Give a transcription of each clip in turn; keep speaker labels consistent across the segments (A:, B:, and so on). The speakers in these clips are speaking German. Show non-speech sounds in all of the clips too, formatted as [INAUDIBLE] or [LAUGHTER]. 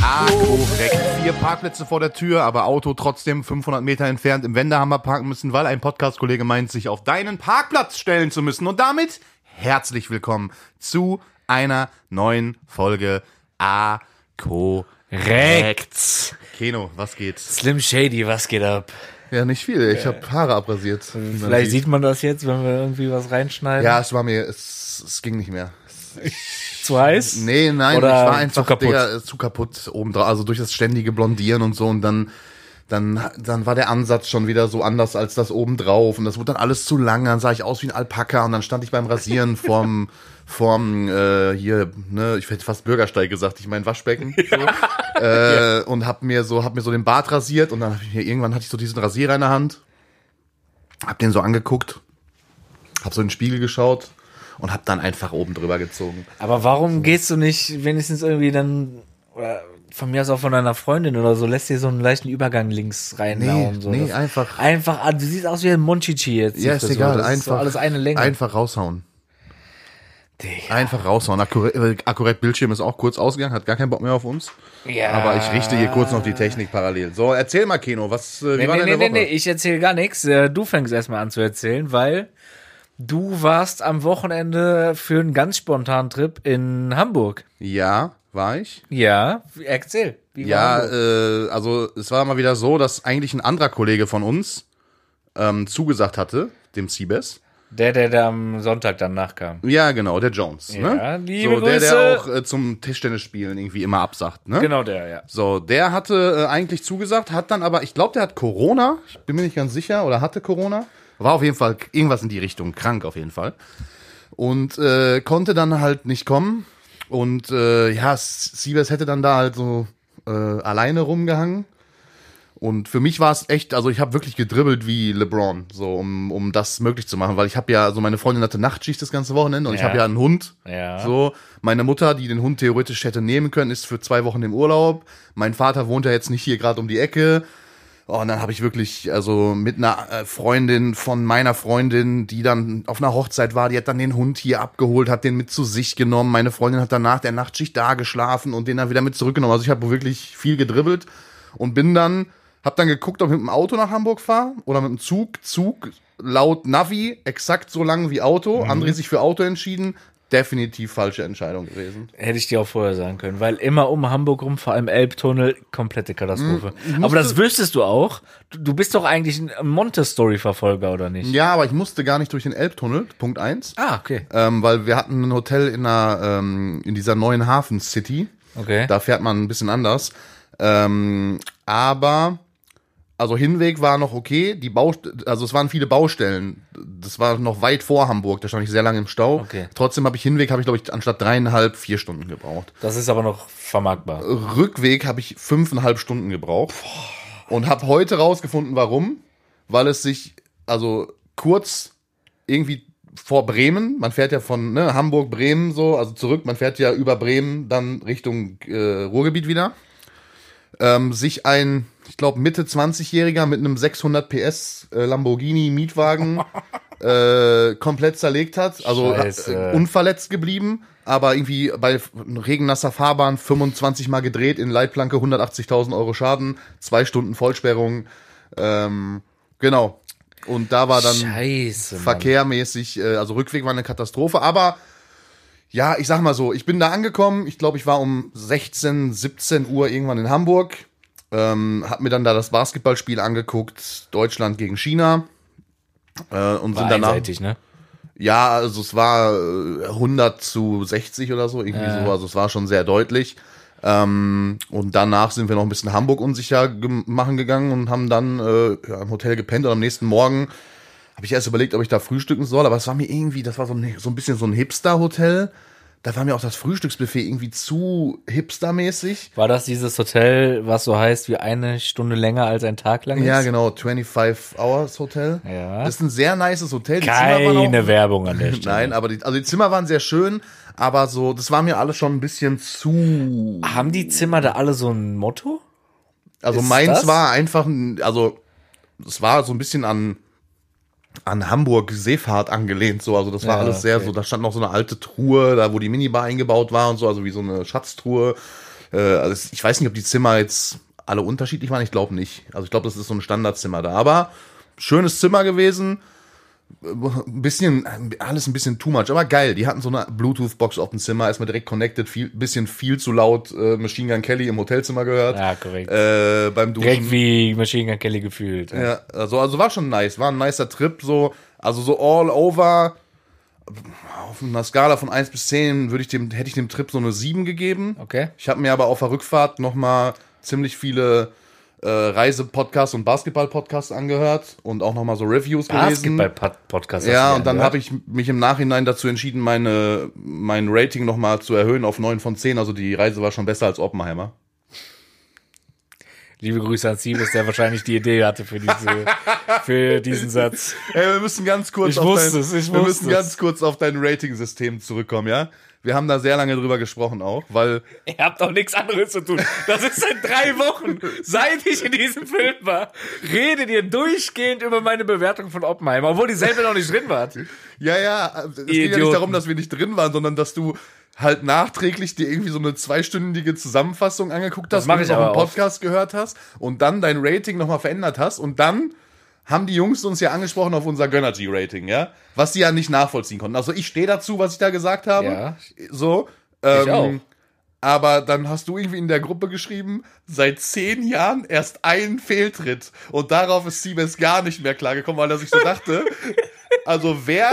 A: Ah, Parkplätze vor der Tür, aber Auto trotzdem 500 Meter entfernt im Wendehammer parken müssen, weil ein Podcast-Kollege meint, sich auf deinen Parkplatz stellen zu müssen. Und damit herzlich willkommen zu einer neuen Folge A. Co.
B: Rechts.
A: Keno, was geht's?
B: Slim Shady, was geht ab?
A: Ja, nicht viel. Ich habe Haare abrasiert.
B: Vielleicht sieht man das jetzt, wenn wir irgendwie was reinschneiden.
A: Ja, es war mir, es, es ging nicht mehr.
B: Zu heiß?
A: Nee, nein,
B: Oder
A: ich war
B: zu
A: einfach
B: kaputt.
A: Digga, äh, zu kaputt oben drauf. Also durch das ständige Blondieren und so und dann, dann, dann war der Ansatz schon wieder so anders als das oben drauf und das wurde dann alles zu lang. Dann sah ich aus wie ein Alpaka und dann stand ich beim Rasieren
B: [LAUGHS]
A: vorm, vorm äh, hier, ne, ich hätte fast Bürgersteig gesagt, ich mein Waschbecken.
B: [LAUGHS]
A: So, äh, Und hab mir so, hab mir so den Bart rasiert und dann hab ich mir irgendwann hatte ich so diesen Rasierer in der Hand, hab den so angeguckt, hab so in den Spiegel geschaut. Und hab dann einfach oben drüber gezogen.
B: Aber warum gehst du nicht wenigstens irgendwie dann, oder von mir aus auch von deiner Freundin oder so, lässt dir so einen leichten Übergang links reinhauen?
A: Nee,
B: so.
A: nee,
B: Das-
A: einfach-
B: Einfach, ah, du siehst aus wie ein Monchichi jetzt. die
A: Ja, ist
B: Frisur.
A: egal.
B: Das
A: Einfach,
B: ist so alles eine Länge.
A: Einfach raushauen.
B: Digga.
A: Einfach raushauen. Akkurat, äh, akkurat Bildschirm ist auch kurz ausgegangen, hat gar keinen Bock mehr auf uns.
B: Ja.
A: Aber ich richte hier kurz noch die Technik parallel. So, erzähl mal, Keno, was, äh, wie
B: Ah. Nee,
A: war
B: nee, nee,
A: deine
B: nee,
A: Woche?
B: nee, ich erzähle gar nichts. Äh, Du fängst erstmal an zu erzählen, weil du warst am Wochenende für einen ganz spontanen Trip in Hamburg.
A: Ja, war ich?
B: Ja, erzähl. Wie war
A: Ja,
B: Hamburg?
A: äh, also es war mal wieder so, dass eigentlich ein anderer Kollege von uns ähm, zugesagt hatte, dem Siebes.
B: der, der da am Sonntag danach kam.
A: Ja, genau, der Jones.
B: Ja,
A: ne?
B: liebe
A: so, der,
B: Grüße.
A: der auch äh, zum Tischtennisspielen irgendwie immer absagt, ne?
B: Genau der, ja.
A: So, der hatte äh, eigentlich zugesagt, hat dann aber, ich glaube, der hat Corona, ich bin mir nicht ganz sicher, oder hatte Corona. War auf jeden Fall irgendwas in die Richtung, krank auf jeden Fall. Und äh, konnte dann halt nicht kommen. Und äh, ja, S- Sievers hätte dann da halt so äh, alleine rumgehangen. Und für mich war es echt, also ich habe wirklich gedribbelt wie LeBron, so um, um das möglich zu machen, weil ich habe ja, so meine Freundin hatte Nachtschicht das ganze Wochenende und ich
B: Ja.
A: habe ja einen Hund.
B: Ja.
A: So, meine Mutter, die den Hund theoretisch hätte nehmen können, ist für zwei Wochen im Urlaub. Mein Vater wohnt ja jetzt nicht hier gerade um die Ecke. Oh, und dann habe ich wirklich, also mit einer äh, Freundin von meiner Freundin, die dann auf einer Hochzeit war, die hat dann den Hund hier abgeholt, hat den mit zu sich genommen. Meine Freundin hat danach der Nachtschicht da geschlafen und den dann wieder mit zurückgenommen. Also ich habe wirklich viel gedribbelt und bin dann, hab dann geguckt, ob ich mit dem Auto nach Hamburg fahre oder mit dem Zug. Zug laut Navi exakt so lang wie Auto. André sich für Auto entschieden. Definitiv falsche Entscheidung gewesen.
B: Hätte ich dir auch vorher sagen können, weil immer um Hamburg rum, vor allem Elbtunnel, komplette Katastrophe.
A: Hm,
B: Aber das wüsstest du auch. Du, du bist doch eigentlich ein Montessori-Verfolger, oder nicht?
A: Ja, aber ich musste gar nicht durch den Elbtunnel, Punkt eins,
B: Ah, okay.
A: Ähm, weil wir hatten ein Hotel in, einer, ähm, in dieser neuen Hafen City.
B: Okay.
A: Da fährt man ein bisschen anders. Ähm, aber, also Hinweg war noch okay. Die Baust also es waren viele Baustellen. Das war noch weit vor Hamburg. Da stand ich sehr lange im Stau.
B: Okay.
A: Trotzdem habe ich Hinweg, habe ich glaube ich anstatt dreieinhalb, vier Stunden gebraucht.
B: Das ist aber noch vermarktbar.
A: Rückweg habe ich fünfeinhalb Stunden gebraucht und habe heute rausgefunden, warum. Weil es sich, also kurz irgendwie vor Bremen, man fährt ja von ne, Hamburg, Bremen so, also zurück, man fährt ja über Bremen dann Richtung äh, Ruhrgebiet wieder, ähm, sich ein, ich glaube, Mitte 20-Jähriger mit einem 600 PS äh, Lamborghini Mietwagen äh, komplett zerlegt hat, also
B: Scheiße.
A: äh, unverletzt geblieben, aber irgendwie bei regennasser Fahrbahn 25 Mal gedreht, in Leitplanke 180.000 Euro Schaden, zwei Stunden Vollsperrung, ähm, genau. Und da war dann
B: Scheiße. Mann.
A: verkehrmäßig, äh, also Rückweg war eine Katastrophe, aber ja, ich sag mal so, ich bin da angekommen, ich glaube, ich war um 16, 17 Uhr irgendwann in Hamburg, ähm, hab mir dann da das Basketballspiel angeguckt, Deutschland gegen China äh, und
B: War
A: sind danach,
B: einseitig, ne?
A: ja, also es war äh, 100 zu 60 oder so, irgendwie so, also es war schon sehr deutlich. Ähm, und danach sind wir noch ein bisschen Hamburg unsicher gem- machen gegangen und haben dann äh, ja, im Hotel gepennt und am nächsten Morgen habe ich erst überlegt, ob ich da frühstücken soll, aber es war mir irgendwie, das war so ein, so ein bisschen so ein Hipster-Hotel. Da war mir auch das Frühstücksbuffet irgendwie zu hipstermäßig.
B: War das dieses Hotel, was so heißt wie eine Stunde länger als ein Tag lang ist?
A: Ja, genau, 25 Hours Hotel.
B: Ja.
A: Das ist ein sehr nices Hotel. Die Zimmer waren auch
B: Keine
A: [LAUGHS]
B: Werbung an der Stelle.
A: Nein, aber die, also die Zimmer waren sehr schön, aber so, das war mir alles schon ein bisschen zu.
B: Haben die Zimmer da alle so ein Motto?
A: Also
B: ist
A: meins
B: das?
A: war einfach, ein- also es war so ein bisschen an an Hamburg Seefahrt angelehnt, so also das war
B: Ja,
A: alles sehr
B: okay.
A: so. Da stand noch so eine alte Truhe, da wo die Minibar eingebaut war und so, also wie so eine Schatztruhe. Äh, also ich weiß nicht, ob die Zimmer jetzt alle unterschiedlich waren. Ich glaube nicht. Also ich glaube, das ist so ein Standardzimmer da. Aber schönes Zimmer gewesen. Ein bisschen, alles ein bisschen too much, aber geil. Die hatten so eine Bluetooth-Box auf dem Zimmer, erstmal direkt connected, viel, bisschen viel zu laut äh, Machine Gun Kelly im Hotelzimmer gehört.
B: Ja, Ah, korrekt.
A: Äh, beim Duschen.
B: Direkt wie Machine Gun Kelly gefühlt. Ja.
A: Ja, also, also war schon nice, war ein nicer Trip, so, also so all over, auf einer Skala von 1 bis 10 würde ich dem, hätte ich dem Trip so eine 7 gegeben.
B: Okay.
A: Ich habe mir aber auf der Rückfahrt nochmal ziemlich viele äh, Reise-Podcasts und Basketball-Podcasts angehört und auch nochmal so Reviews
B: Ah,
A: gelesen.
B: Basketball-Podcast.
A: Ja, und dann habe ich mich im Nachhinein dazu entschieden, meine, mein Rating nochmal zu erhöhen auf 9 von 10. Also die Reise war schon besser als Oppenheimer.
B: Liebe Grüße an Siebes, der wahrscheinlich die Idee hatte
A: [LAUGHS]
B: für, diese, für diesen Satz.
A: Ey, wir müssen ganz kurz
B: Ich
A: auf
B: wusste
A: dein,
B: es, ich
A: wir
B: wusste
A: müssen
B: es.
A: ganz kurz auf dein Rating-System zurückkommen, ja? Wir haben da sehr lange drüber gesprochen auch, weil
B: Ihr habt doch nichts anderes zu tun. Das ist seit drei Wochen, seit ich in diesem Film war, redet ihr durchgehend über meine Bewertung von Oppenheimer, obwohl die selber noch nicht drin war.
A: ja, ja, es geht ja
B: Idioten.
A: nicht darum, dass wir nicht drin waren, sondern dass du halt nachträglich dir irgendwie so eine zweistündige Zusammenfassung angeguckt hast,
B: mach
A: und
B: ich
A: noch
B: aber
A: einen
B: oft.
A: Podcast gehört hast und dann dein Rating nochmal verändert hast und dann haben die Jungs uns ja angesprochen auf unser Gönnergy-Rating, ja? Was sie ja nicht nachvollziehen konnten. Also ich stehe dazu, was ich da gesagt habe.
B: Ja.
A: So. Ähm,
B: auch.
A: Aber dann hast du irgendwie in der Gruppe geschrieben, seit zehn Jahren erst ein Fehltritt. Und darauf ist Siemens gar nicht mehr klargekommen, weil er sich so dachte,
B: [LAUGHS]
A: also wer,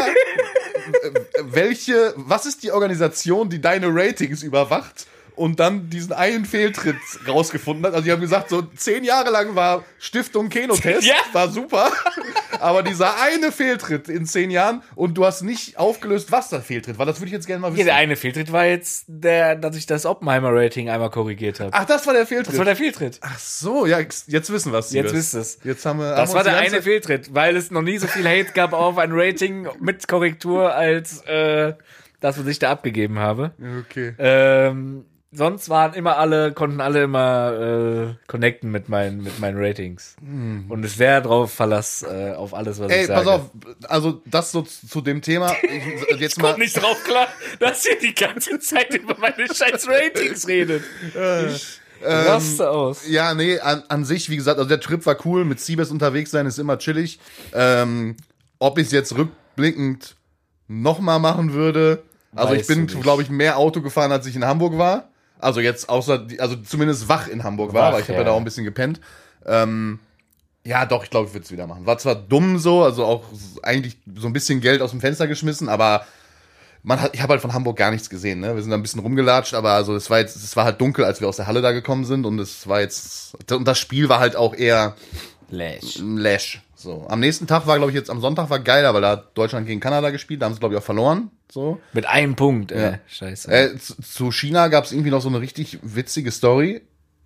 A: welche, was ist die Organisation, die deine Ratings überwacht und dann diesen einen Fehltritt rausgefunden hat? Also die haben gesagt, so zehn Jahre lang war Stiftung Kenotest,
B: Ja.
A: war super, aber dieser eine Fehltritt in zehn Jahren und du hast nicht aufgelöst, was der Fehltritt war, das würde ich jetzt gerne mal
B: Hier,
A: wissen.
B: der eine Fehltritt war jetzt, der, dass ich das Oppenheimer-Rating einmal korrigiert habe.
A: Ach, das war der Fehltritt.
B: Das war der Fehltritt.
A: Ach so, ja, ex- jetzt wissen wir es.
B: Jetzt wisst ihr's.
A: Jetzt haben wir. haben
B: Das
A: wir
B: war
A: uns
B: der
A: die
B: eine
A: ganze-
B: Fehltritt, weil es noch nie so viel Hate gab auf ein Rating mit Korrektur als äh, das, was ich da abgegeben habe.
A: Okay.
B: Ähm, sonst waren immer alle, konnten alle immer äh, connecten mit meinen, mit meinen Ratings. Und es wäre drauf Verlass äh, auf alles, was
A: Hm. Ey,
B: ich sage.
A: pass auf, also das so zu, zu dem Thema. Ich, jetzt mal.
B: Kommt nicht drauf klar, dass ihr die ganze Zeit über meine scheiß Ratings redet.
A: Äh,
B: Ich
A: ähm,
B: raste aus.
A: Ja, nee, an, an sich, wie gesagt, also der Trip war cool, mit Siebes unterwegs sein ist immer chillig. Ähm, ob ich es jetzt rückblickend nochmal machen würde, also
B: Weiß
A: ich bin,
B: du nicht.
A: glaube ich, mehr Auto gefahren, als ich in Hamburg war. Also jetzt außer, die- also zumindest wach in Hamburg war,
B: Wach,
A: aber ich habe ja.
B: ja.
A: da auch ein bisschen gepennt. Ähm, ja, doch, ich glaube, ich würde es wieder machen. War zwar dumm so, also auch s- eigentlich so ein bisschen Geld aus dem Fenster geschmissen, aber man hat, ich habe halt von Hamburg gar nichts gesehen, ne? Wir sind da ein bisschen rumgelatscht, aber also es war jetzt, es war halt dunkel, als wir aus der Halle da gekommen sind und es war jetzt und das Spiel war halt auch eher
B: Lash.
A: ein Lash. So. Am nächsten Tag war, glaube ich, jetzt am Sonntag war geiler, weil da hat Deutschland gegen Kanada gespielt, da haben sie, glaube ich, auch verloren. So.
B: Mit einem Punkt, ey.
A: Ja.
B: Scheiße.
A: Äh, zu, zu China gab es irgendwie noch so eine richtig witzige Story.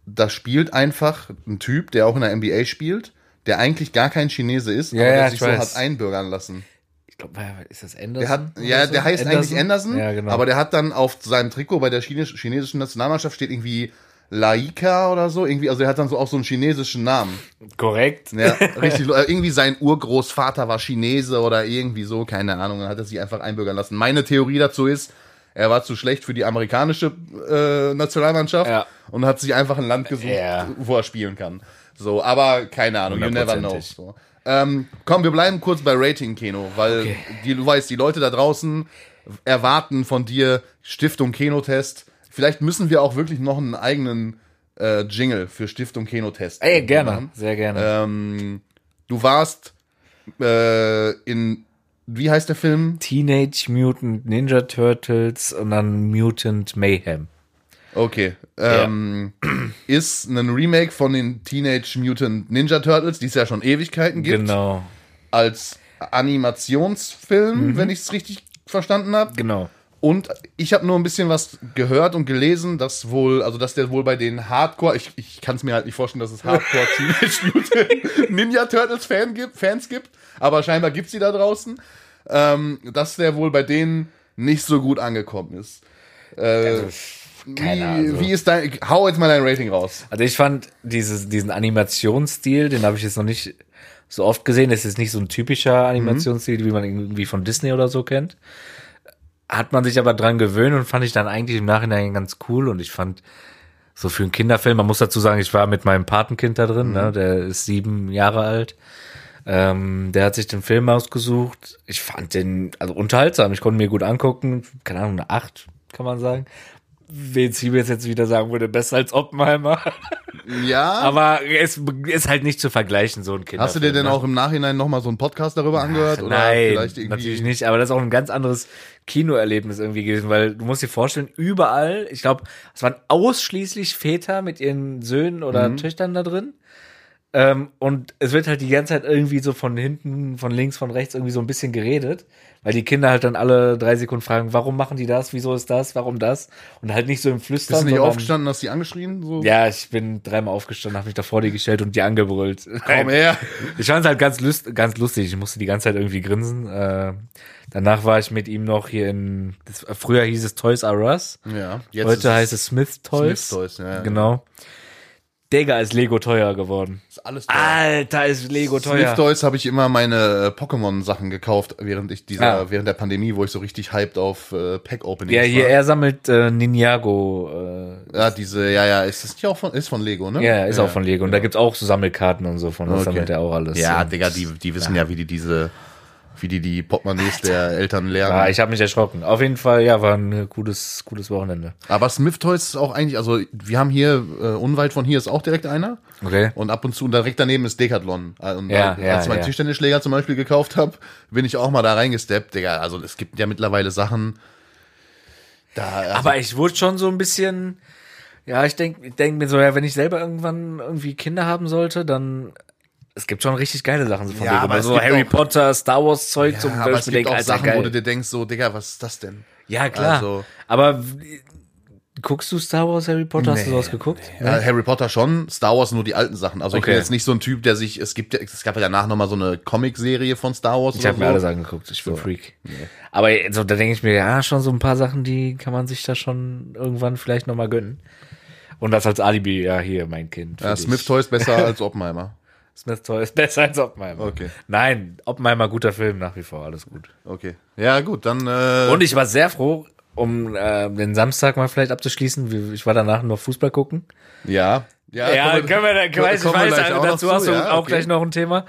A: Da spielt einfach ein Typ, der auch in der NBA spielt, der eigentlich gar kein Chinese ist,
B: Ja,
A: aber der
B: ja,
A: sich
B: ich
A: so
B: weiß.
A: hat einbürgern lassen.
B: ich glaube, ist das
A: Der
B: Anderson?
A: hat, ja,
B: oder so?
A: der heißt eigentlich Anderson,
B: Ja, genau.
A: aber der hat dann auf seinem Trikot bei der chines chinesischen Nationalmannschaft steht irgendwie Laika oder so, irgendwie, also er hat dann so auch so einen chinesischen Namen.
B: Korrekt.
A: Ja, ne?
B: [LAUGHS]
A: richtig. lo- Irgendwie sein Urgroßvater war Chinese oder irgendwie so, keine Ahnung. Dann hat er sich einfach einbürgern lassen. Meine Theorie dazu ist, er war zu schlecht für die amerikanische äh, Nationalmannschaft
B: Ja.
A: und hat sich einfach ein Land gesucht,
B: Ja.
A: wo er spielen kann. So, aber keine Ahnung, you never know.
B: Hundertprozentig.
A: So. Ähm, komm, wir bleiben kurz bei Rating, Keno, weil
B: Okay.
A: die, du weißt, die Leute da draußen erwarten von dir Stiftung Keno-Test. Vielleicht müssen wir auch wirklich noch einen eigenen äh, Jingle für Stiftung Keno-Test.
B: Ey, gerne. Sehr gerne.
A: Ähm, du warst äh, in, wie heißt der Film?
B: Teenage Mutant Ninja Turtles und dann Mutant Mayhem.
A: Okay. Ähm, Ist ein Remake von den Teenage Mutant Ninja Turtles, die es ja schon Ewigkeiten gibt,
B: Genau,
A: als Animationsfilm, wenn ich es richtig verstanden habe.
B: Mhm. genau.
A: Und ich habe nur ein bisschen was gehört und gelesen, dass wohl, also dass der wohl bei den Hardcore, ich, ich kann es mir halt nicht vorstellen, dass es
B: [LAUGHS]
A: Hardcore Teenage Mutant Ninja Turtles Fan gibt, Fans gibt, aber scheinbar gibt's die da draußen, ähm, dass der wohl bei denen nicht so gut angekommen ist. Äh, wie,
B: Keine Ahnung.
A: wie ist dein, hau jetzt mal dein Rating raus.
B: Also ich fand dieses, diesen Animationsstil, den habe ich jetzt noch nicht so oft gesehen. Das ist nicht so ein typischer Animationsstil, wie man ihn irgendwie von Disney oder so kennt. Hat man sich aber dran gewöhnt und fand ich dann eigentlich im Nachhinein ganz cool und ich fand So für einen Kinderfilm. Man muss dazu sagen, ich war mit meinem Patenkind da drin, ne? der ist sieben Jahre alt. Ähm, der hat sich den Film ausgesucht. Ich fand den also unterhaltsam. Ich konnte mir gut angucken. Keine Ahnung, eine Acht, kann man sagen. Wen Siebes jetzt wieder sagen würde, besser als Oppenheimer.
A: Ja.
B: Aber es ist halt nicht zu vergleichen, so ein Kind.
A: Hast du dir denn auch im Nachhinein nochmal so einen Podcast darüber angehört? oder
B: Nein,
A: vielleicht irgendwie
B: natürlich nicht. Aber das ist auch ein ganz anderes Kinoerlebnis irgendwie gewesen, weil du musst dir vorstellen, überall, ich glaube, es waren ausschließlich Väter mit ihren Söhnen
A: Mhm.
B: oder Töchtern da drin. Ähm, und es wird halt die ganze Zeit irgendwie so von hinten, von links, von rechts irgendwie so ein bisschen geredet, weil die Kinder halt dann alle drei Sekunden fragen, warum machen die das, wieso ist das, warum das? Und halt nicht so im Flüstern.
A: Bist du nicht
B: sondern-
A: aufgestanden, hast die angeschrien? So?
B: Ja, ich bin dreimal aufgestanden, habe mich da vor die gestellt und die angebrüllt.
A: Komm her.
B: Ich fand es halt ganz, lust, ganz lustig. Ich musste die ganze Zeit irgendwie grinsen. Äh, danach war ich mit ihm noch hier in. Das, früher hieß es Toys R Us.
A: Ja. Jetzt ist
B: Heute heißt es Smith
A: Smith
B: Toys.
A: Toys, ja, ja.
B: Genau. Digga, ist Lego teuer geworden.
A: Ist alles
B: Ah,
A: teuer.
B: Alter, ist Lego teuer.
A: Smith Toys habe ich immer meine äh, Pokémon-Sachen gekauft, während ich dieser,
B: Ah.
A: während der Pandemie, wo ich so richtig hyped auf äh, Pack-Openings
B: ja, hier,
A: war.
B: er sammelt äh, Ninjago. Äh,
A: Ja, diese, ja, ja, ist das nicht auch von, ist von Lego, ne?
B: ja, ist auch von Lego. Und da gibt's auch so Sammelkarten und so von. Das
A: Okay.
B: sammelt er auch alles.
A: Ja,
B: Und-
A: Digga, die, die wissen ja, wie die diese, wie die die Portemonnaies der Eltern
B: Ja,
A: lernen.
B: Ah, ich habe mich erschrocken. Auf jeden Fall, ja, war ein gutes, gutes Wochenende.
A: Aber Smith Toys ist auch eigentlich, also wir haben hier, äh, unweit von hier ist auch direkt einer.
B: Okay.
A: Und ab und zu, und direkt daneben ist Decathlon. Äh, Und
B: Ja,
A: da,
B: ja,
A: als ich meinen
B: ja.
A: Tischtennisschläger zum Beispiel gekauft habe, bin ich auch mal da reingesteppt. Digga, also es gibt ja mittlerweile Sachen, da,
B: Aber ich wurde schon so ein bisschen, ja, ich denke ich denk mir so, ja, wenn ich selber irgendwann irgendwie Kinder haben sollte, dann es gibt schon richtig geile Sachen so von
A: Ja,
B: Lego.
A: aber es
B: so
A: gibt
B: Harry
A: auch-
B: Potter, Star Wars Zeug zum
A: ja, aber es
B: Beispiel
A: gibt
B: denk,
A: auch
B: Alter,
A: Sachen, wo
B: geil.
A: du dir denkst, so, Digga, was ist das denn?
B: Ja, klar.
A: Also-
B: aber w- guckst du Star Wars, Harry Potter? Hast du
A: Nee,
B: sowas geguckt?
A: Ja, Äh, Harry Potter schon, Star Wars nur die alten Sachen. Also ich bin
B: Okay.
A: jetzt nicht so ein Typ, der sich, es gibt, ja- es gab ja danach nochmal so eine Comic-Serie von Star Wars.
B: Ich habe
A: oder
B: mir
A: so.
B: alles angeguckt, ich bin Freak. Aber so, da denke ich mir, ja, schon so ein paar Sachen, die kann man sich da schon irgendwann vielleicht nochmal gönnen. Und das als Alibi, ja, hier, mein Kind. für
A: Ja,
B: dich.
A: Smith Toys
B: [LAUGHS]
A: besser als Oppenheimer.
B: Smith Toy ist [LAUGHS] besser als Oppenheimer.
A: Okay.
B: Nein, Oppenheimer guter Film nach wie vor, alles gut.
A: Okay. Ja, gut, dann, äh,
B: Und ich war sehr froh, um äh, den Samstag mal vielleicht abzuschließen. Wir- Ich war danach nur Fußball gucken.
A: ja.
B: Ja, können wir, da, ich weiß, ich
A: kommen wir
B: weiß,
A: gleich
B: also
A: auch noch
B: dazu
A: zu,
B: hast du
A: ja,
B: auch
A: okay.
B: gleich noch ein Thema.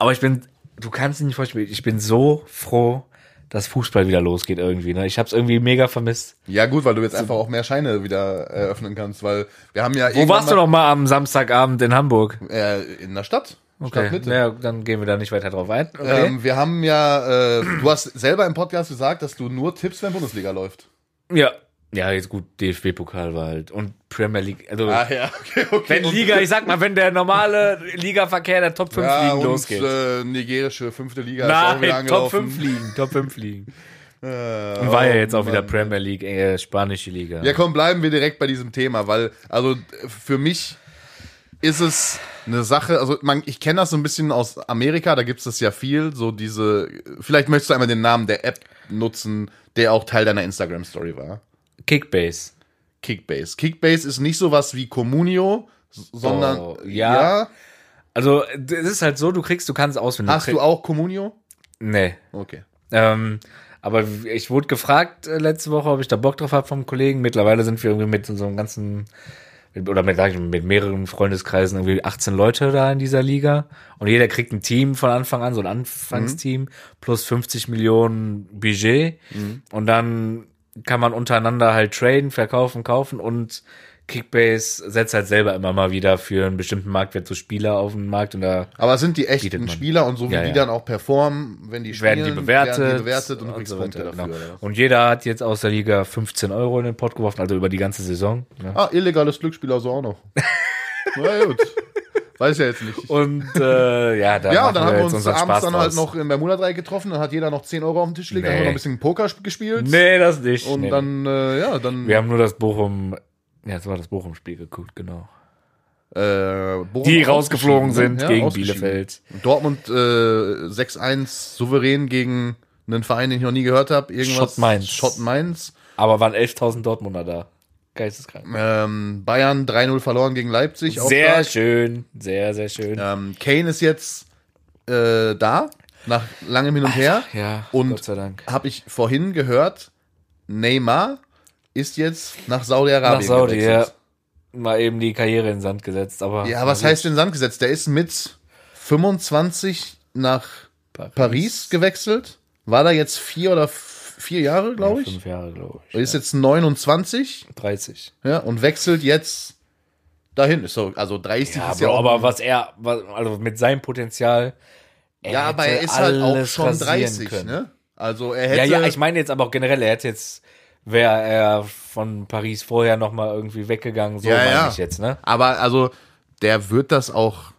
B: Aber ich bin, du kannst dir nicht vorstellen, ich bin so froh, dass Fußball wieder losgeht irgendwie. Ne? Ich habe es irgendwie mega vermisst.
A: Ja, gut, weil du jetzt einfach auch mehr Scheine wieder eröffnen kannst, weil wir haben ja
B: Wo warst du noch mal am Samstagabend in Hamburg?
A: Äh, in der Stadt.
B: Okay,
A: Stadtmitte.
B: ja, dann gehen wir da nicht weiter drauf ein. Okay.
A: Ähm, wir haben ja, äh, du hast selber im Podcast gesagt, dass du nur tippst, wenn Bundesliga läuft.
B: ja. ja, jetzt gut, DFB-Pokal war halt und Premier League. Also,
A: ja, [LAUGHS] okay, okay.
B: Wenn Liga, ich sag mal, wenn der normale Ligaverkehr der Top 5
A: ja,
B: Ligen
A: und,
B: losgeht.
A: Äh, nigerische fünfte Liga ist auch wieder
B: Nein, Top
A: angelaufen.
B: 5 Ligen, Top
A: [LAUGHS]
B: 5 Ligen.
A: Äh,
B: Und war ja
A: oh
B: jetzt auch wieder
A: Mann.
B: Premier League, äh, spanische Liga.
A: Ja, komm, bleiben wir direkt bei diesem Thema, weil, also äh, für mich ist es eine Sache, also man, ich kenne das so ein bisschen aus Amerika, da gibt es das ja viel, so diese, vielleicht möchtest du einmal den Namen der App nutzen, der auch Teil deiner Instagram-Story war.
B: Kickbase.
A: Kickbase. Kickbase ist nicht sowas wie Comunio, s- sondern,
B: Oh, ja. Also, d- es ist halt so, du kriegst, du kannst auswählen.
A: Hast du
B: krieg-
A: auch Comunio?
B: Nee.
A: Okay.
B: Ähm, aber ich wurde gefragt äh, letzte Woche, ob ich da Bock drauf habe vom Kollegen. Mittlerweile sind wir irgendwie mit so einem ganzen oder mit, sag ich, mal, mit mehreren Freundeskreisen irgendwie 18 Leute da in dieser Liga und jeder kriegt ein Team von Anfang an, so ein Anfangsteam plus 50 Millionen Budget und dann kann man untereinander halt traden, verkaufen, kaufen und Kickbase setzt halt selber immer mal wieder für einen bestimmten Marktwert so Spieler auf den Markt und da
A: Aber es sind die
B: Bietet
A: echten
B: man.
A: Spieler und so wie
B: Ja,
A: die
B: ja.
A: dann auch performen, wenn die spielen,
B: werden die bewertet,
A: werden die bewertet und du kriegst
B: so
A: Punkte
B: weiter,
A: dafür.
B: genau.
A: oder was?
B: Und jeder hat jetzt aus der Liga 15 Euro in den Pott geworfen, also über die ganze Saison. Ne?
A: Ah, illegales Glücksspiel also auch
B: [LAUGHS]
A: noch. Na gut. Weiß ja jetzt nicht.
B: Und [LAUGHS] äh, ja, da
A: ja,
B: machen
A: und dann haben wir
B: jetzt
A: uns
B: unseren
A: abends
B: Spaß
A: dann halt
B: draus.
A: noch im Bermuda-Dreieck getroffen, dann hat jeder noch 10 Euro auf den Tisch gelegt, dann haben
B: Nee.
A: wir noch ein bisschen Poker sp- gespielt.
B: Nee, das nicht.
A: Und
B: nee.
A: dann, äh, ja, dann
B: wir haben nur das Bochum, ja, jetzt war das Bochum-Spiel geguckt, genau.
A: äh, Bochum
B: Die rausgeflogen
A: ausgeschieden,
B: sind
A: ne? Ja,
B: gegen
A: ausgeschieden.
B: Bielefeld.
A: Und Dortmund äh, 6-1 souverän gegen einen Verein, den ich noch nie gehört habe. Irgendwas.
B: Schott Mainz.
A: Schott Mainz.
B: Aber waren 11.000 Dortmunder da. Geisteskrank.
A: Ähm, Bayern 3-0 verloren gegen Leipzig. auch
B: Sehr
A: stark.
B: schön, sehr, sehr schön.
A: Ähm, Kane ist jetzt äh, da, nach langem Hin und Her.
B: Ja,
A: Und
B: Gott sei Dank.
A: Habe ich vorhin gehört, Neymar ist jetzt nach Saudi-Arabien
B: Nach Saudi, ja.
A: gewechselt.
B: mal eben die Karriere in den Sand gesetzt. Aber
A: Ja, was heißt in den Sand gesetzt? Der ist mit 25 nach
B: Paris?
A: Paris gewechselt. War da jetzt vier oder f- vier Jahre, glaube ich.
B: Fünf Jahre, glaube ich.
A: Ist jetzt 29
B: 30.
A: ja, und wechselt jetzt dahin. Ist so, also 30
B: Ja,
A: ist ja
B: Bro,
A: auch
B: aber was er, was, also mit seinem Potenzial. er
A: Ja, aber er
B: hätte
A: ist halt auch
B: alles
A: schon
B: rasieren
A: 30,
B: können.
A: ne? Also er
B: Ja,
A: hätte.
B: ja, ich meine jetzt aber auch generell, er hätte jetzt, wäre er von Paris vorher nochmal irgendwie weggegangen, so
A: Ja,
B: meine
A: ja.
B: ich jetzt, ne?
A: aber also, der wird das auch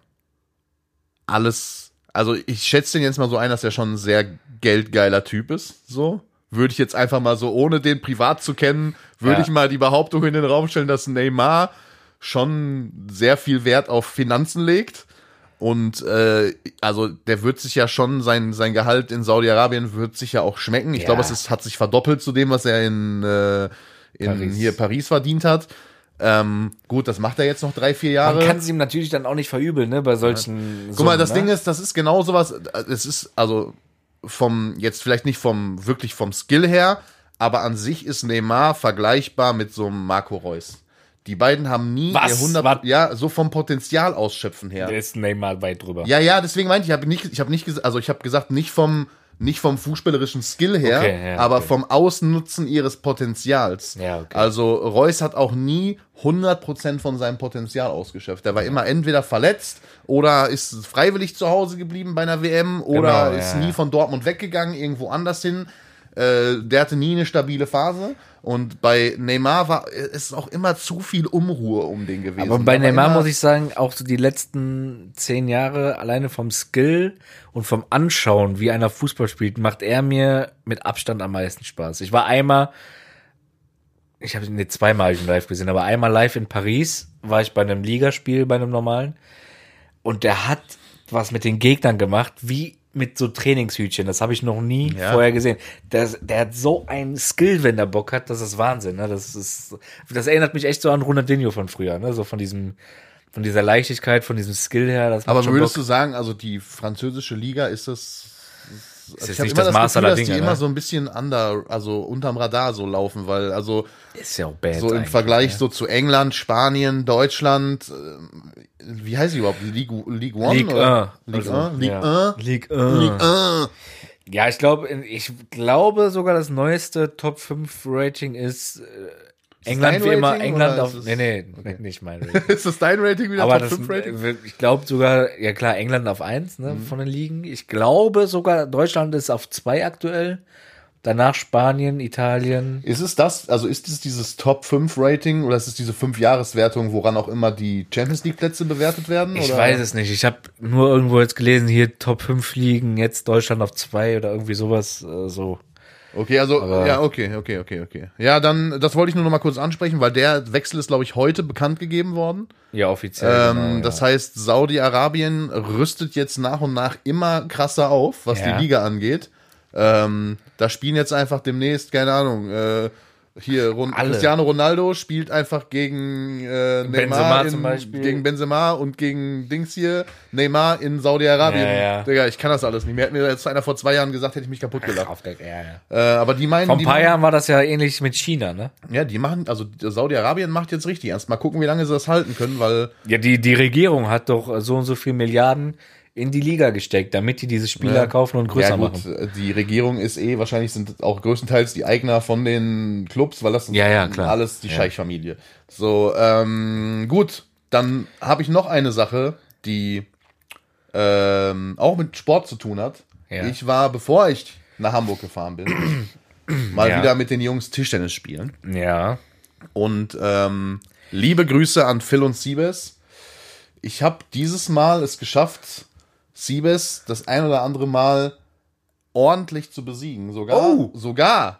A: alles. Also, ich schätze den jetzt mal so ein, dass er schon ein sehr geldgeiler Typ ist. So. Würde ich jetzt einfach mal so, ohne den privat zu kennen, würde
B: Ja.
A: ich mal die Behauptung in den Raum stellen, dass Neymar schon sehr viel Wert auf Finanzen legt. Und äh, also der wird sich ja schon, sein, sein Gehalt in Saudi-Arabien wird sich ja auch schmecken. Ich
B: Ja.
A: glaube, es ist, hat sich verdoppelt zu dem, was er in, äh, in
B: Paris.
A: hier Paris verdient hat. Ähm, gut, das macht er jetzt noch drei, vier Jahre.
B: Man kann ne? es ihm natürlich dann auch nicht verübeln, ne, bei solchen.
A: Guck mal, das Ding ist, das ist genau sowas. Es ist also vom jetzt vielleicht nicht vom wirklich vom Skill her, aber an sich ist Neymar vergleichbar mit so einem Marco Reus. Die beiden haben nie
B: Was?
A: ihr 100
B: Was?
A: ja so vom Potenzial ausschöpfen her.
B: Der ist Neymar weit drüber.
A: Ja, ja, deswegen meinte ich, ich habe nicht, ich habe nicht, ges- also ich habe gesagt, nicht vom, nicht vom fußballerischen Skill her,
B: Okay, ja,
A: aber
B: okay.
A: vom Ausnutzen ihres Potenzials.
B: Ja, okay.
A: Also Reus hat auch nie 100% von seinem Potenzial ausgeschöpft. Der war immer entweder verletzt oder ist freiwillig zu Hause geblieben bei einer WM oder
B: Genau,
A: ist
B: ja,
A: nie
B: ja.
A: von Dortmund weggegangen, irgendwo anders hin. Äh, der hatte nie eine stabile Phase und bei Neymar war ist auch immer zu viel Umruhe um den gewesen.
B: Aber bei Neymar
A: immer-
B: muss ich sagen, auch so die letzten zehn Jahre alleine vom Skill und vom Anschauen, wie einer Fußball spielt, macht er mir mit Abstand am meisten Spaß. Ich war einmal, ich habe ihn nee, zweimal hab ich ihn live gesehen, aber einmal live in Paris war ich bei einem Ligaspiel, bei einem normalen. Und der hat was mit den Gegnern gemacht, wie mit so Trainingshütchen. Das habe ich noch nie
A: Ja.
B: vorher gesehen. Der, der hat so einen Skill, wenn der Bock hat, das ist Wahnsinn. Ne? Das, ist, das erinnert mich echt so an Ronaldinho von früher. Ne? So von diesem, von dieser Leichtigkeit, von diesem Skill her. Das macht
A: Aber
B: schon
A: würdest du
B: Bock.
A: sagen, also die französische Liga ist das.
B: jetzt
A: hab
B: nicht das Maß aller
A: dass die
B: Dinge,
A: immer
B: ne?
A: so ein bisschen under, also unterm Radar so laufen, weil also
B: Ist ja auch bad.
A: so im
B: eigentlich,
A: Vergleich
B: ne?
A: so zu England, Spanien, Deutschland, ähm, wie heißt sie überhaupt? Ligue, Ligue One?
B: League 1.
A: oder? Ligue 1? Ligue 1?
B: ja. League 1.
A: Ligue 1.
B: Ja, ich glaube, ich glaube sogar das neueste Top 5 Rating ist äh, England wie
A: dein
B: immer
A: Rating
B: England
A: oder
B: auf
A: ist
B: nee
A: es-
B: nee, nicht mein Rating.
A: Ist das dein Rating wieder?
B: Aber
A: Top
B: das, äh,
A: 5 Rating?
B: ich glaube sogar, ja klar, England auf 1 ne, von den Ligen. Ich glaube sogar, Deutschland ist auf 2 aktuell. Danach Spanien, Italien.
A: Ist es das, also ist es dieses Top 5 Rating oder ist es diese 5-Jahres-Wertung, woran auch immer die Champions League-Plätze bewertet werden?
B: Ich
A: oder?
B: weiß es nicht. Ich habe nur irgendwo jetzt gelesen, hier Top 5 Ligen, jetzt Deutschland auf 2 oder irgendwie sowas. Äh, so.
A: Okay, also,
B: Aber-
A: ja, okay, okay, okay, okay. Ja, dann, das wollte ich nur noch mal kurz ansprechen, weil der Wechsel ist, glaube ich, heute bekannt gegeben worden.
B: Ja, offiziell.
A: Ähm,
B: genau, ja.
A: Das heißt, Saudi-Arabien rüstet jetzt nach und nach immer krasser auf, was
B: Ja.
A: die Liga angeht. Ähm, da spielen jetzt einfach demnächst, keine Ahnung, äh, hier, Ron
B: Alle.
A: Cristiano Ronaldo spielt einfach gegen äh, Neymar,
B: Benzema
A: in,
B: zum Beispiel.
A: gegen Benzema und gegen Dings hier, Neymar in Saudi-Arabien.
B: Ja, ja.
A: Digga, ich kann das alles nicht mehr. Hätte mir jetzt einer vor zwei Jahren gesagt, hätte ich mich kaputt gelacht.
B: Auf der, ja, ja.
A: Äh, aber die meinen,
B: Vor ein
A: die
B: paar
A: meinen-
B: Jahren war das ja ähnlich mit China, ne?
A: Ja, die machen, also Saudi-Arabien macht jetzt richtig ernst. Mal gucken, wie lange sie das halten können, weil
B: Ja, die, die Regierung hat doch so und so viel Milliarden in die Liga gesteckt, damit die diese Spieler
A: Ja.
B: kaufen und größer
A: äh, ja, gut, äh,
B: machen.
A: die Regierung ist eh, wahrscheinlich sind auch größtenteils die Eigner von den Clubs, weil das sind
B: Ja, ja, klar.
A: alles die
B: Ja.
A: Scheichfamilie. So, ähm, gut, dann habe ich noch eine Sache, die ähm, auch mit Sport zu tun hat.
B: Ja.
A: Ich war, bevor ich nach Hamburg gefahren
B: [CLEARS THROAT]
A: bin, mal
B: Ja.
A: wieder mit den Jungs Tischtennis spielen.
B: Ja.
A: Und ähm, liebe Grüße an Phil und Siebes. Ich habe dieses Mal es geschafft, Siebes das ein oder andere Mal ordentlich zu besiegen. Sogar,
B: Oh.
A: sogar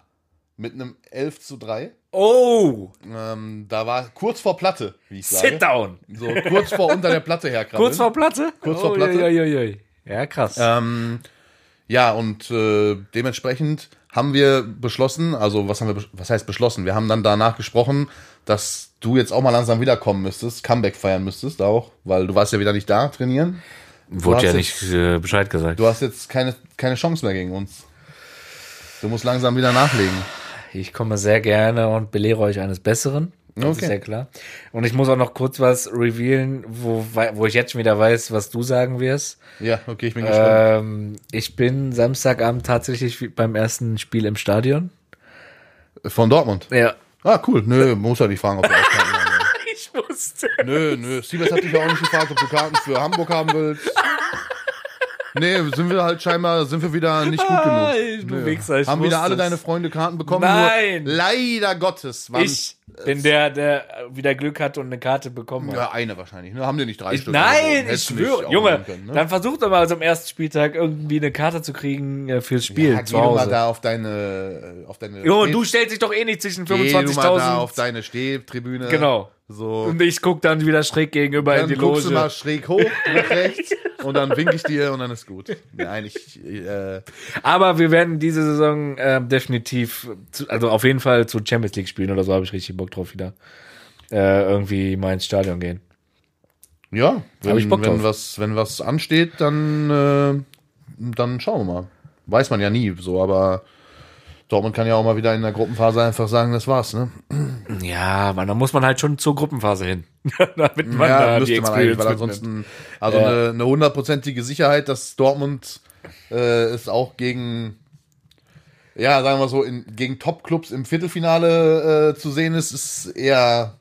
A: mit einem 11 zu 3.
B: Oh,
A: Ähm, da war kurz vor Platte, wie ich sage.
B: sit down.
A: So kurz vor unter der Platte herkrabbeln.
B: Kurz vor Platte?
A: Kurz vor Platte.
B: Ui, ui, ui. Ja, krass.
A: Ähm, ja, und äh, dementsprechend haben wir beschlossen, also was haben wir, besch- was heißt beschlossen? Wir haben dann danach gesprochen, dass du jetzt auch mal langsam wiederkommen müsstest, Comeback feiern müsstest auch, weil du warst ja wieder nicht da trainieren.
B: Wurde
A: hast
B: ja
A: jetzt-
B: nicht äh, Bescheid gesagt.
A: Du hast jetzt keine, keine Chance mehr gegen uns. Du musst langsam wieder nachlegen.
B: Ich komme sehr gerne und belehre euch eines Besseren. Das
A: Okay.
B: ist ja klar. Und ich muss auch noch kurz was revealen, wo, wei- wo ich jetzt schon wieder weiß, was du sagen wirst.
A: Ja, okay, ich bin gespannt.
B: Ähm, ich bin Samstagabend tatsächlich wie beim ersten Spiel im Stadion.
A: Von Dortmund.
B: Ja.
A: Ah, cool. Nö, muss ja nicht fragen, ob du Auskarten haben
B: Ich wusste.
A: Nö, nö. Siebes hat dich ja auch nicht gefragt, ob du Karten für Hamburg haben willst. Nee, sind wir halt scheinbar, sind wir wieder nicht gut genug.
B: Ah, ich- du
A: Nö.
B: Wichser, ich
A: haben wieder
B: wusste
A: alle
B: es.
A: deine Freunde Karten bekommen?
B: Nein!
A: Nur leider Gottes. waren-
B: Ich bin der, der wieder Glück hatte und eine Karte bekommen hat.
A: Ja, eine wahrscheinlich. Ne? Haben dir nicht drei
B: Ich,
A: Stück?
B: nein,
A: angeboten.
B: ich
A: Hättest du nicht
B: schwöre.
A: auch
B: Junge,
A: nehmen können, ne?
B: dann versuch doch mal so am ersten Spieltag irgendwie eine Karte zu kriegen äh, fürs Spiel
A: ja, geh
B: zu
A: du mal
B: Hause.
A: da auf deine, äh, auf deine.
B: Junge, du stellst dich doch eh nicht zwischen
A: Geh du mal da auf
B: 25.000.
A: deine Stehtribüne.
B: Genau.
A: So.
B: Und ich guck dann wieder schräg gegenüber in
A: Dann
B: die
A: guckst
B: Loge.
A: du mal schräg hoch, nach
B: [LAUGHS]
A: rechts und dann wink ich dir und dann ist gut. Nein, ich, äh,
B: Aber wir werden diese Saison ähm, definitiv, zu, also auf jeden Fall zu Champions League spielen oder so, habe ich richtig Bock drauf wieder. Äh, irgendwie mal ins Stadion gehen.
A: ja, wenn,
B: ich Bock
A: wenn
B: drauf.
A: was, wenn was ansteht, dann, äh, dann schauen wir mal. Weiß man ja nie, so, aber Dortmund kann ja auch mal wieder in der Gruppenphase einfach sagen, das war's, ne?
B: Ja, man, da muss man halt schon zur Gruppenphase hin. [LAUGHS] Damit man da die Experience
A: weil
B: mitnimmt.
A: ansonsten, also eine eine hundertprozentige Sicherheit, dass Dortmund äh, es auch gegen, ja, sagen wir so, in, gegen Top-Clubs im Viertelfinale äh, zu sehen ist, ist eher